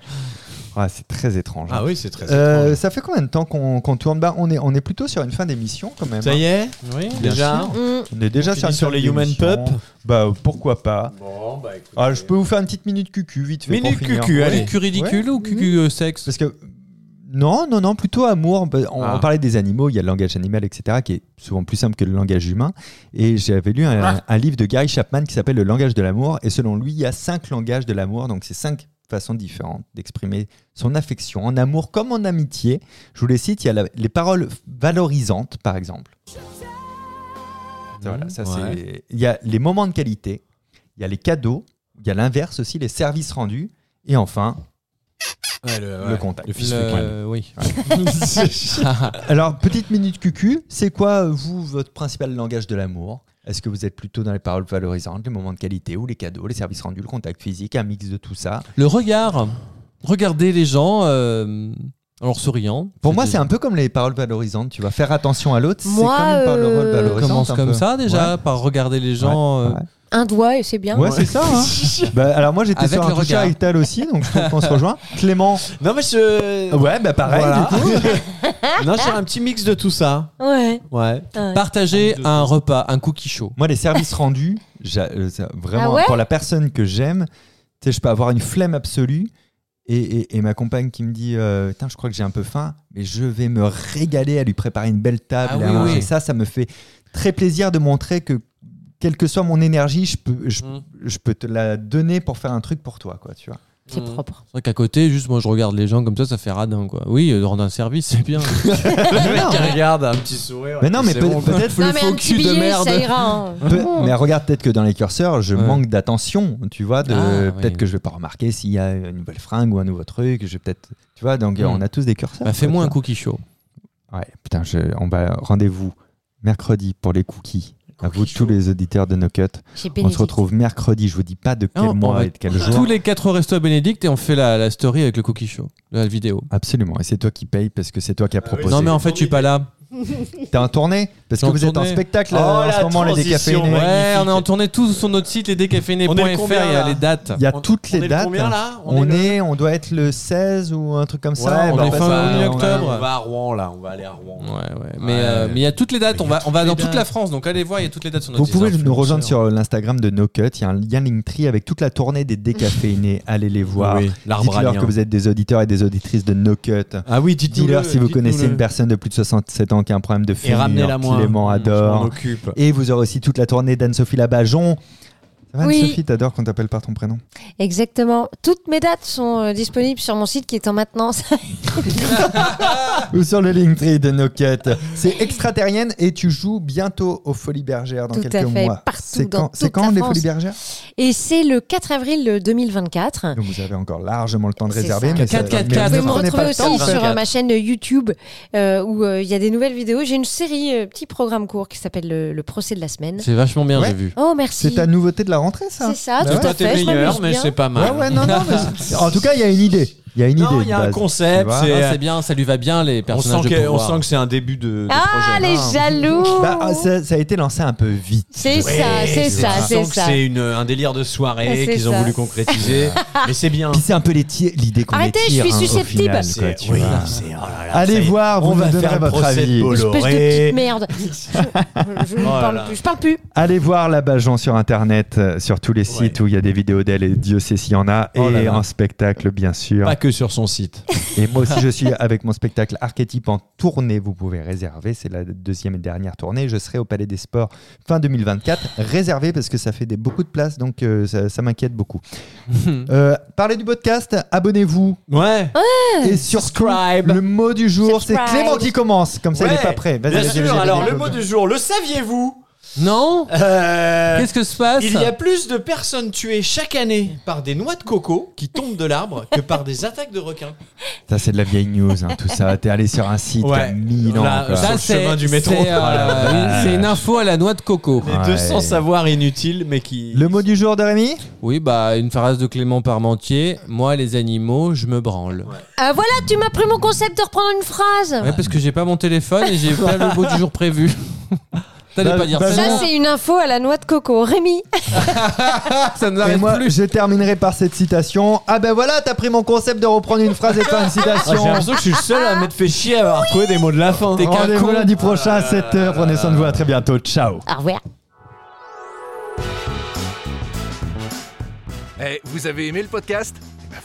Speaker 2: Ouais, c'est très étrange.
Speaker 5: Ah oui, c'est très
Speaker 2: Euh,
Speaker 5: étrange.
Speaker 2: ça fait combien de temps qu'on qu'on tourne bah, on, est, on est plutôt sur une fin d'émission quand même. hein.
Speaker 5: Ça y est
Speaker 3: Oui.
Speaker 2: Bien
Speaker 5: Déjà
Speaker 2: sûr.
Speaker 4: Mm.
Speaker 2: On est déjà
Speaker 5: On
Speaker 2: sur,
Speaker 5: finit
Speaker 2: une
Speaker 5: sur
Speaker 2: fin
Speaker 5: les Human
Speaker 2: d'émission.
Speaker 5: Pup
Speaker 2: Bah euh, pourquoi pas.
Speaker 5: Bon, bah écoute.
Speaker 2: Ah, je peux vous faire une petite minute cucu vite fait. pour
Speaker 5: Minute
Speaker 2: finir.
Speaker 5: cucu, allez.
Speaker 3: Cucu ridicule ou cucu euh, sexe
Speaker 2: Parce que non, non, non, plutôt amour. Bah, On,
Speaker 5: Ah.
Speaker 2: on parlait des animaux, il y a le langage animal, etc., qui est souvent plus simple que le langage humain. Et j'avais lu un, un livre de Gary Chapman qui s'appelle Le langage de l'amour. Et selon lui, il y a cinq langages de l'amour, donc c'est cinq façons différentes d'exprimer son affection en amour comme en amitié. Je vous les cite. Il y a la- les paroles valorisantes, par exemple. Ça, voilà, ça,
Speaker 5: Ouais.
Speaker 2: c'est- Il y a les moments de qualité. Il y a les cadeaux. Il y a l'inverse aussi, les services rendus. Et enfin,
Speaker 5: Ouais, le,
Speaker 2: le contact.
Speaker 5: Le fils
Speaker 3: Le-
Speaker 5: fécal.
Speaker 3: Oui.
Speaker 2: Alors, petite minute cucu, c'est quoi, euh, vous, votre principal langage de l'amour Est-ce que vous êtes plutôt dans les paroles valorisantes, les moments de qualité ou les cadeaux, les services rendus, le contact physique, un mix de tout ça
Speaker 3: Le regard. Regardez les gens euh, en leur souriant.
Speaker 2: Pour moi, c'est un peu comme les paroles valorisantes, tu vas faire attention à l'autre, c'est comme
Speaker 4: Moi,
Speaker 2: une parole
Speaker 4: euh,
Speaker 3: On
Speaker 2: valorisante.
Speaker 3: commence
Speaker 2: un
Speaker 3: comme
Speaker 2: peu.
Speaker 3: ça déjà, par regarder les gens. euh,
Speaker 2: ouais.
Speaker 4: Un doigt et c'est bien.
Speaker 2: Ouais, c'est ça. hein. Bah, alors, moi, j'étais
Speaker 3: Avec
Speaker 2: sur un
Speaker 3: le
Speaker 2: toucher
Speaker 3: regard.
Speaker 2: avec Tal aussi, donc je trouve qu'on se rejoint. Clément,
Speaker 5: Non, mais je.
Speaker 2: ouais, bah pareil,
Speaker 5: Voilà.
Speaker 2: du coup.
Speaker 4: Ah,
Speaker 5: non, j'ai un petit mix de tout ça.
Speaker 4: Ouais.
Speaker 5: Ouais.
Speaker 4: ouais.
Speaker 3: Partager un repas, un cookie show.
Speaker 2: Moi, les services rendus, j'a- euh, ça- vraiment,
Speaker 4: Ah ouais
Speaker 2: pour la personne que j'aime, tu sais, je peux avoir une flemme absolue. Et, et- et ma compagne qui me dit euh, Putain, je crois que j'ai un peu faim, mais je vais me régaler à lui préparer une belle table
Speaker 3: Ah
Speaker 2: et à
Speaker 3: oui,
Speaker 2: manger.
Speaker 3: oui.
Speaker 2: Ça, ça me fait très plaisir de montrer que, quelle que soit mon énergie, je peux, je,
Speaker 3: Mm.
Speaker 2: je peux te la donner pour faire un truc pour toi, quoi, tu vois.
Speaker 4: C'est
Speaker 3: Mm.
Speaker 4: propre.
Speaker 3: C'est vrai qu'à côté, juste moi je regarde les gens comme ça, ça fait radin quoi. Oui, euh, rendre un service, c'est bien.
Speaker 2: Mais non,
Speaker 5: regarde, un petit sourire.
Speaker 2: mais, non, mais peut- peut-être.
Speaker 4: non, mais un petit billet, ça ira. hein.
Speaker 2: Peu- mais regarde, peut-être que dans les curseurs, je
Speaker 3: Ouais.
Speaker 2: manque d'attention, tu vois. De,
Speaker 3: Ah,
Speaker 2: peut-être
Speaker 3: oui.
Speaker 2: que je vais pas remarquer s'il y a une nouvelle fringue ou un nouveau truc. Je vais peut-être, tu vois. Donc
Speaker 3: Hmm.
Speaker 2: on a tous des curseurs.
Speaker 3: bah, Fais-moi un
Speaker 2: quoi,
Speaker 3: cookie show.
Speaker 2: tu vois. Ouais, putain, je- on va rendez-vous mercredi pour les cookies. à vous tous les auditeurs de No Cut.
Speaker 4: J'ai
Speaker 2: On se
Speaker 4: Bénédicte.
Speaker 2: retrouve mercredi. Je vous dis pas de quel
Speaker 3: Ah, on
Speaker 2: mois
Speaker 3: va-
Speaker 2: et de quel jour.
Speaker 3: Tous les quatre restos à Bénédicte et on fait la, la story avec le cookie show, la vidéo.
Speaker 2: Absolument. Et c'est toi qui paye parce que c'est toi qui as
Speaker 5: Ah oui.
Speaker 2: proposé.
Speaker 3: Non mais en fait, je suis pas là.
Speaker 2: T'es en tournée parce
Speaker 3: Je
Speaker 2: que
Speaker 3: suis
Speaker 2: vous
Speaker 3: en
Speaker 2: êtes en
Speaker 3: tournée.
Speaker 2: spectacle
Speaker 5: Oh,
Speaker 2: euh, en ce
Speaker 5: la
Speaker 2: moment, les
Speaker 5: transition,
Speaker 2: décaféinés.
Speaker 3: Ouais, on est en tournée tous sur notre site
Speaker 5: On est le
Speaker 3: lesdécaféinés.fr, il y
Speaker 5: combien,
Speaker 3: a
Speaker 5: là
Speaker 3: les dates.
Speaker 2: Il y a
Speaker 5: On-
Speaker 2: toutes
Speaker 5: on est
Speaker 2: les
Speaker 5: le
Speaker 2: dates.
Speaker 5: combien, là
Speaker 2: on,
Speaker 5: le-
Speaker 2: est, on doit être le 16 ou un truc comme ça.
Speaker 5: Ouais,
Speaker 3: on
Speaker 2: Bah,
Speaker 3: est
Speaker 2: en fait,
Speaker 3: fin
Speaker 2: ça-
Speaker 5: on-
Speaker 3: mi-octobre.
Speaker 5: On va à Rouen là, on va aller à Rouen.
Speaker 3: Ouais, ouais. Mais
Speaker 5: Ouais.
Speaker 3: euh, mais il y a toutes les dates.
Speaker 5: Mais
Speaker 3: On
Speaker 5: il y a
Speaker 3: va, on va
Speaker 5: toutes
Speaker 3: dans
Speaker 5: les
Speaker 3: toute la
Speaker 5: dates.
Speaker 3: France. Donc allez voir, il y a toutes les dates sur notre
Speaker 2: Vous
Speaker 3: site.
Speaker 2: pouvez nous
Speaker 5: influenceurs.
Speaker 2: rejoindre sur euh, l'Instagram de No Cut. Il y a un lien Linktree avec toute la tournée des décaféinés. Allez les voir.
Speaker 5: Oui, l'arbre
Speaker 2: Dites-leur
Speaker 5: alien.
Speaker 2: que vous êtes des auditeurs et des auditrices de No Cut.
Speaker 5: Ah oui, dites-nous
Speaker 2: Dites-leur si vous connaissez une personne de plus de 67 ans qui a un problème de
Speaker 5: Et
Speaker 2: fémur.
Speaker 5: ramenez-la moi.
Speaker 2: Clément
Speaker 5: On
Speaker 2: adore.
Speaker 5: occupe.
Speaker 2: Et vous aurez aussi toute la tournée d'Anne-Sophie Labajon. Ça va,
Speaker 4: Oui.
Speaker 2: Anne-Sophie, t'adores qu'on t'appelle par ton prénom.
Speaker 4: Exactement. Toutes mes dates sont euh, disponibles sur mon site qui est en maintenance.
Speaker 2: Ou sur le Linktree de No Cut. C'est extraterrienne et tu joues bientôt aux Folies Bergères dans
Speaker 4: Tout à
Speaker 2: quelques
Speaker 4: fait,
Speaker 2: mois.
Speaker 4: partout,
Speaker 2: C'est
Speaker 4: dans
Speaker 2: quand, c'est
Speaker 4: toute
Speaker 2: quand
Speaker 4: la
Speaker 2: les
Speaker 4: France.
Speaker 2: Folies Bergères
Speaker 4: Et c'est le 4 avril 2024.
Speaker 2: Donc vous avez encore largement le temps de
Speaker 4: C'est
Speaker 2: réserver.
Speaker 4: ça.
Speaker 2: Mais ça-
Speaker 3: 4, 4,
Speaker 2: mais
Speaker 3: 4.
Speaker 4: Vous
Speaker 2: ne
Speaker 4: pouvez me
Speaker 2: prenez pas
Speaker 4: retrouver
Speaker 2: le temps,
Speaker 4: aussi
Speaker 2: en fait.
Speaker 4: sur euh, ma chaîne YouTube euh, où euh, il y a des nouvelles vidéos. J'ai une série, euh, petit programme court qui s'appelle le, le procès de la semaine.
Speaker 3: C'est vachement bien,
Speaker 2: Ouais.
Speaker 3: j'ai vu.
Speaker 4: Oh, merci.
Speaker 2: C'est ta nouveauté de la rentrée, ça
Speaker 4: C'est ça,
Speaker 2: Bah
Speaker 4: tout
Speaker 2: ouais.
Speaker 4: à fait. je m'amuse bien.
Speaker 3: pas
Speaker 2: Ouais, ouais, non, non, mais c'est- En tout cas, il y a une idée. Il y a une idée.
Speaker 5: Non, il y
Speaker 2: de
Speaker 5: a un
Speaker 2: base. Tu
Speaker 5: concept.
Speaker 2: vois.
Speaker 5: c'est-
Speaker 3: Ah, c'est bien, ça lui va bien les
Speaker 5: euh, on,
Speaker 3: personnages
Speaker 5: sent
Speaker 3: de
Speaker 5: que, on
Speaker 3: pouvoir.
Speaker 5: sent que c'est un début de, de
Speaker 4: Ah,
Speaker 5: projet.
Speaker 4: les
Speaker 2: Ah.
Speaker 4: jaloux
Speaker 2: Bah, ah, ça, ça a été lancé un peu vite.
Speaker 4: C'est
Speaker 5: Ouais,
Speaker 4: ça, c'est
Speaker 5: je
Speaker 4: ça, c'est
Speaker 5: sens que
Speaker 4: ça.
Speaker 5: c'est une- un délire de soirée
Speaker 4: C'est
Speaker 5: qu'ils ont
Speaker 4: ça.
Speaker 5: voulu concrétiser. mais c'est bien.
Speaker 2: Puis c'est un peu les ti- l'idée qu'on
Speaker 4: Arrêtez,
Speaker 2: étire,
Speaker 4: je
Speaker 2: hein,
Speaker 4: suis
Speaker 2: au
Speaker 4: susceptible.
Speaker 2: final,
Speaker 5: C'est-
Speaker 2: quoi, tu
Speaker 5: oui,
Speaker 2: vois.
Speaker 5: c'est- oh là là, ça
Speaker 2: Allez
Speaker 5: y est.
Speaker 2: voir, vous
Speaker 5: on va
Speaker 2: nous
Speaker 5: faire
Speaker 2: donnerez
Speaker 5: un
Speaker 2: votre
Speaker 5: procès
Speaker 2: avis.
Speaker 5: Bolo.
Speaker 4: Espèce de
Speaker 5: Coloré.
Speaker 4: petite merde. Je, je ne
Speaker 5: Oh là
Speaker 4: parle
Speaker 5: là.
Speaker 4: plus. Je parle plus.
Speaker 2: Allez voir la Bajon sur Internet, euh, sur tous les sites où il y a des vidéos d'elle, et Dieu sait s'il y en a,
Speaker 5: Oh là
Speaker 2: et
Speaker 5: là.
Speaker 2: en spectacle, bien sûr.
Speaker 5: Pas que sur son site.
Speaker 2: Et moi aussi, je suis avec mon spectacle Archétype en tournée. Vous pouvez réserver. C'est la deuxième et dernière tournée. Je serai au Palais des Sports fin 2024. Réservé parce que ça fait des, beaucoup de place, donc euh, ça, ça m'inquiète beaucoup. Euh, parlez du podcast, abonnez-vous.
Speaker 5: Ouais.
Speaker 4: Oh,
Speaker 2: et surtout,
Speaker 5: subscribe.
Speaker 2: le mot du jour, c'est
Speaker 4: Subscribe.
Speaker 2: Clément qui commence. Comme ça, il n'est pas prêt. Vas-y,
Speaker 5: Bien
Speaker 2: vas-y,
Speaker 5: sûr.
Speaker 2: vas-y, vas-y,
Speaker 5: alors,
Speaker 2: vas-y,
Speaker 5: le mot
Speaker 2: vas-y.
Speaker 5: du jour, le saviez-vous
Speaker 3: Non
Speaker 5: Euh,
Speaker 3: Qu'est-ce que se passe
Speaker 5: Il y a plus de personnes tuées chaque année par des noix de coco qui tombent de l'arbre que par des attaques de requins.
Speaker 2: Ça, c'est de la vieille news, hein, tout ça. T'es allé sur un site qui a
Speaker 5: Ouais.
Speaker 2: mille ans.
Speaker 5: Là,
Speaker 2: quoi.
Speaker 5: sur le chemin du métro.
Speaker 3: C'est euh,
Speaker 5: Oh là
Speaker 2: là.
Speaker 3: c'est une info à la noix de coco.
Speaker 5: Les
Speaker 2: Ouais.
Speaker 5: 200 savoirs inutiles, mais qui.
Speaker 2: Le mot du jour de Rémi
Speaker 3: Oui, bah une phrase de Clément Parmentier. Moi, les animaux, je me branle.
Speaker 4: Ah, voilà, tu m'as pris mon concept de reprendre une phrase.
Speaker 3: Ouais, parce que j'ai pas mon téléphone et j'ai pas le mot du jour prévu. T'allais
Speaker 2: Bah,
Speaker 3: pas dire
Speaker 2: bah,
Speaker 3: ça.
Speaker 4: Ça, c'est une info à la noix de coco. Rémi,
Speaker 3: Ça ne
Speaker 2: Et
Speaker 3: m'arrête
Speaker 2: moi,
Speaker 3: plus.
Speaker 2: je terminerai par cette citation. Ah ben voilà, t'as pris mon concept de reprendre une phrase et de faire une
Speaker 5: Ah, J'ai
Speaker 2: citation.
Speaker 5: l'impression que je suis le seul à m'être fait chier à avoir trouvé des mots de la fin.
Speaker 3: T'es qu'un
Speaker 2: Rendez-vous
Speaker 3: con.
Speaker 2: lundi prochain à 7h. Prenez soin de vous. À très bientôt. Ciao.
Speaker 4: au revoir.
Speaker 1: Eh, vous avez aimé le podcast Eh ben,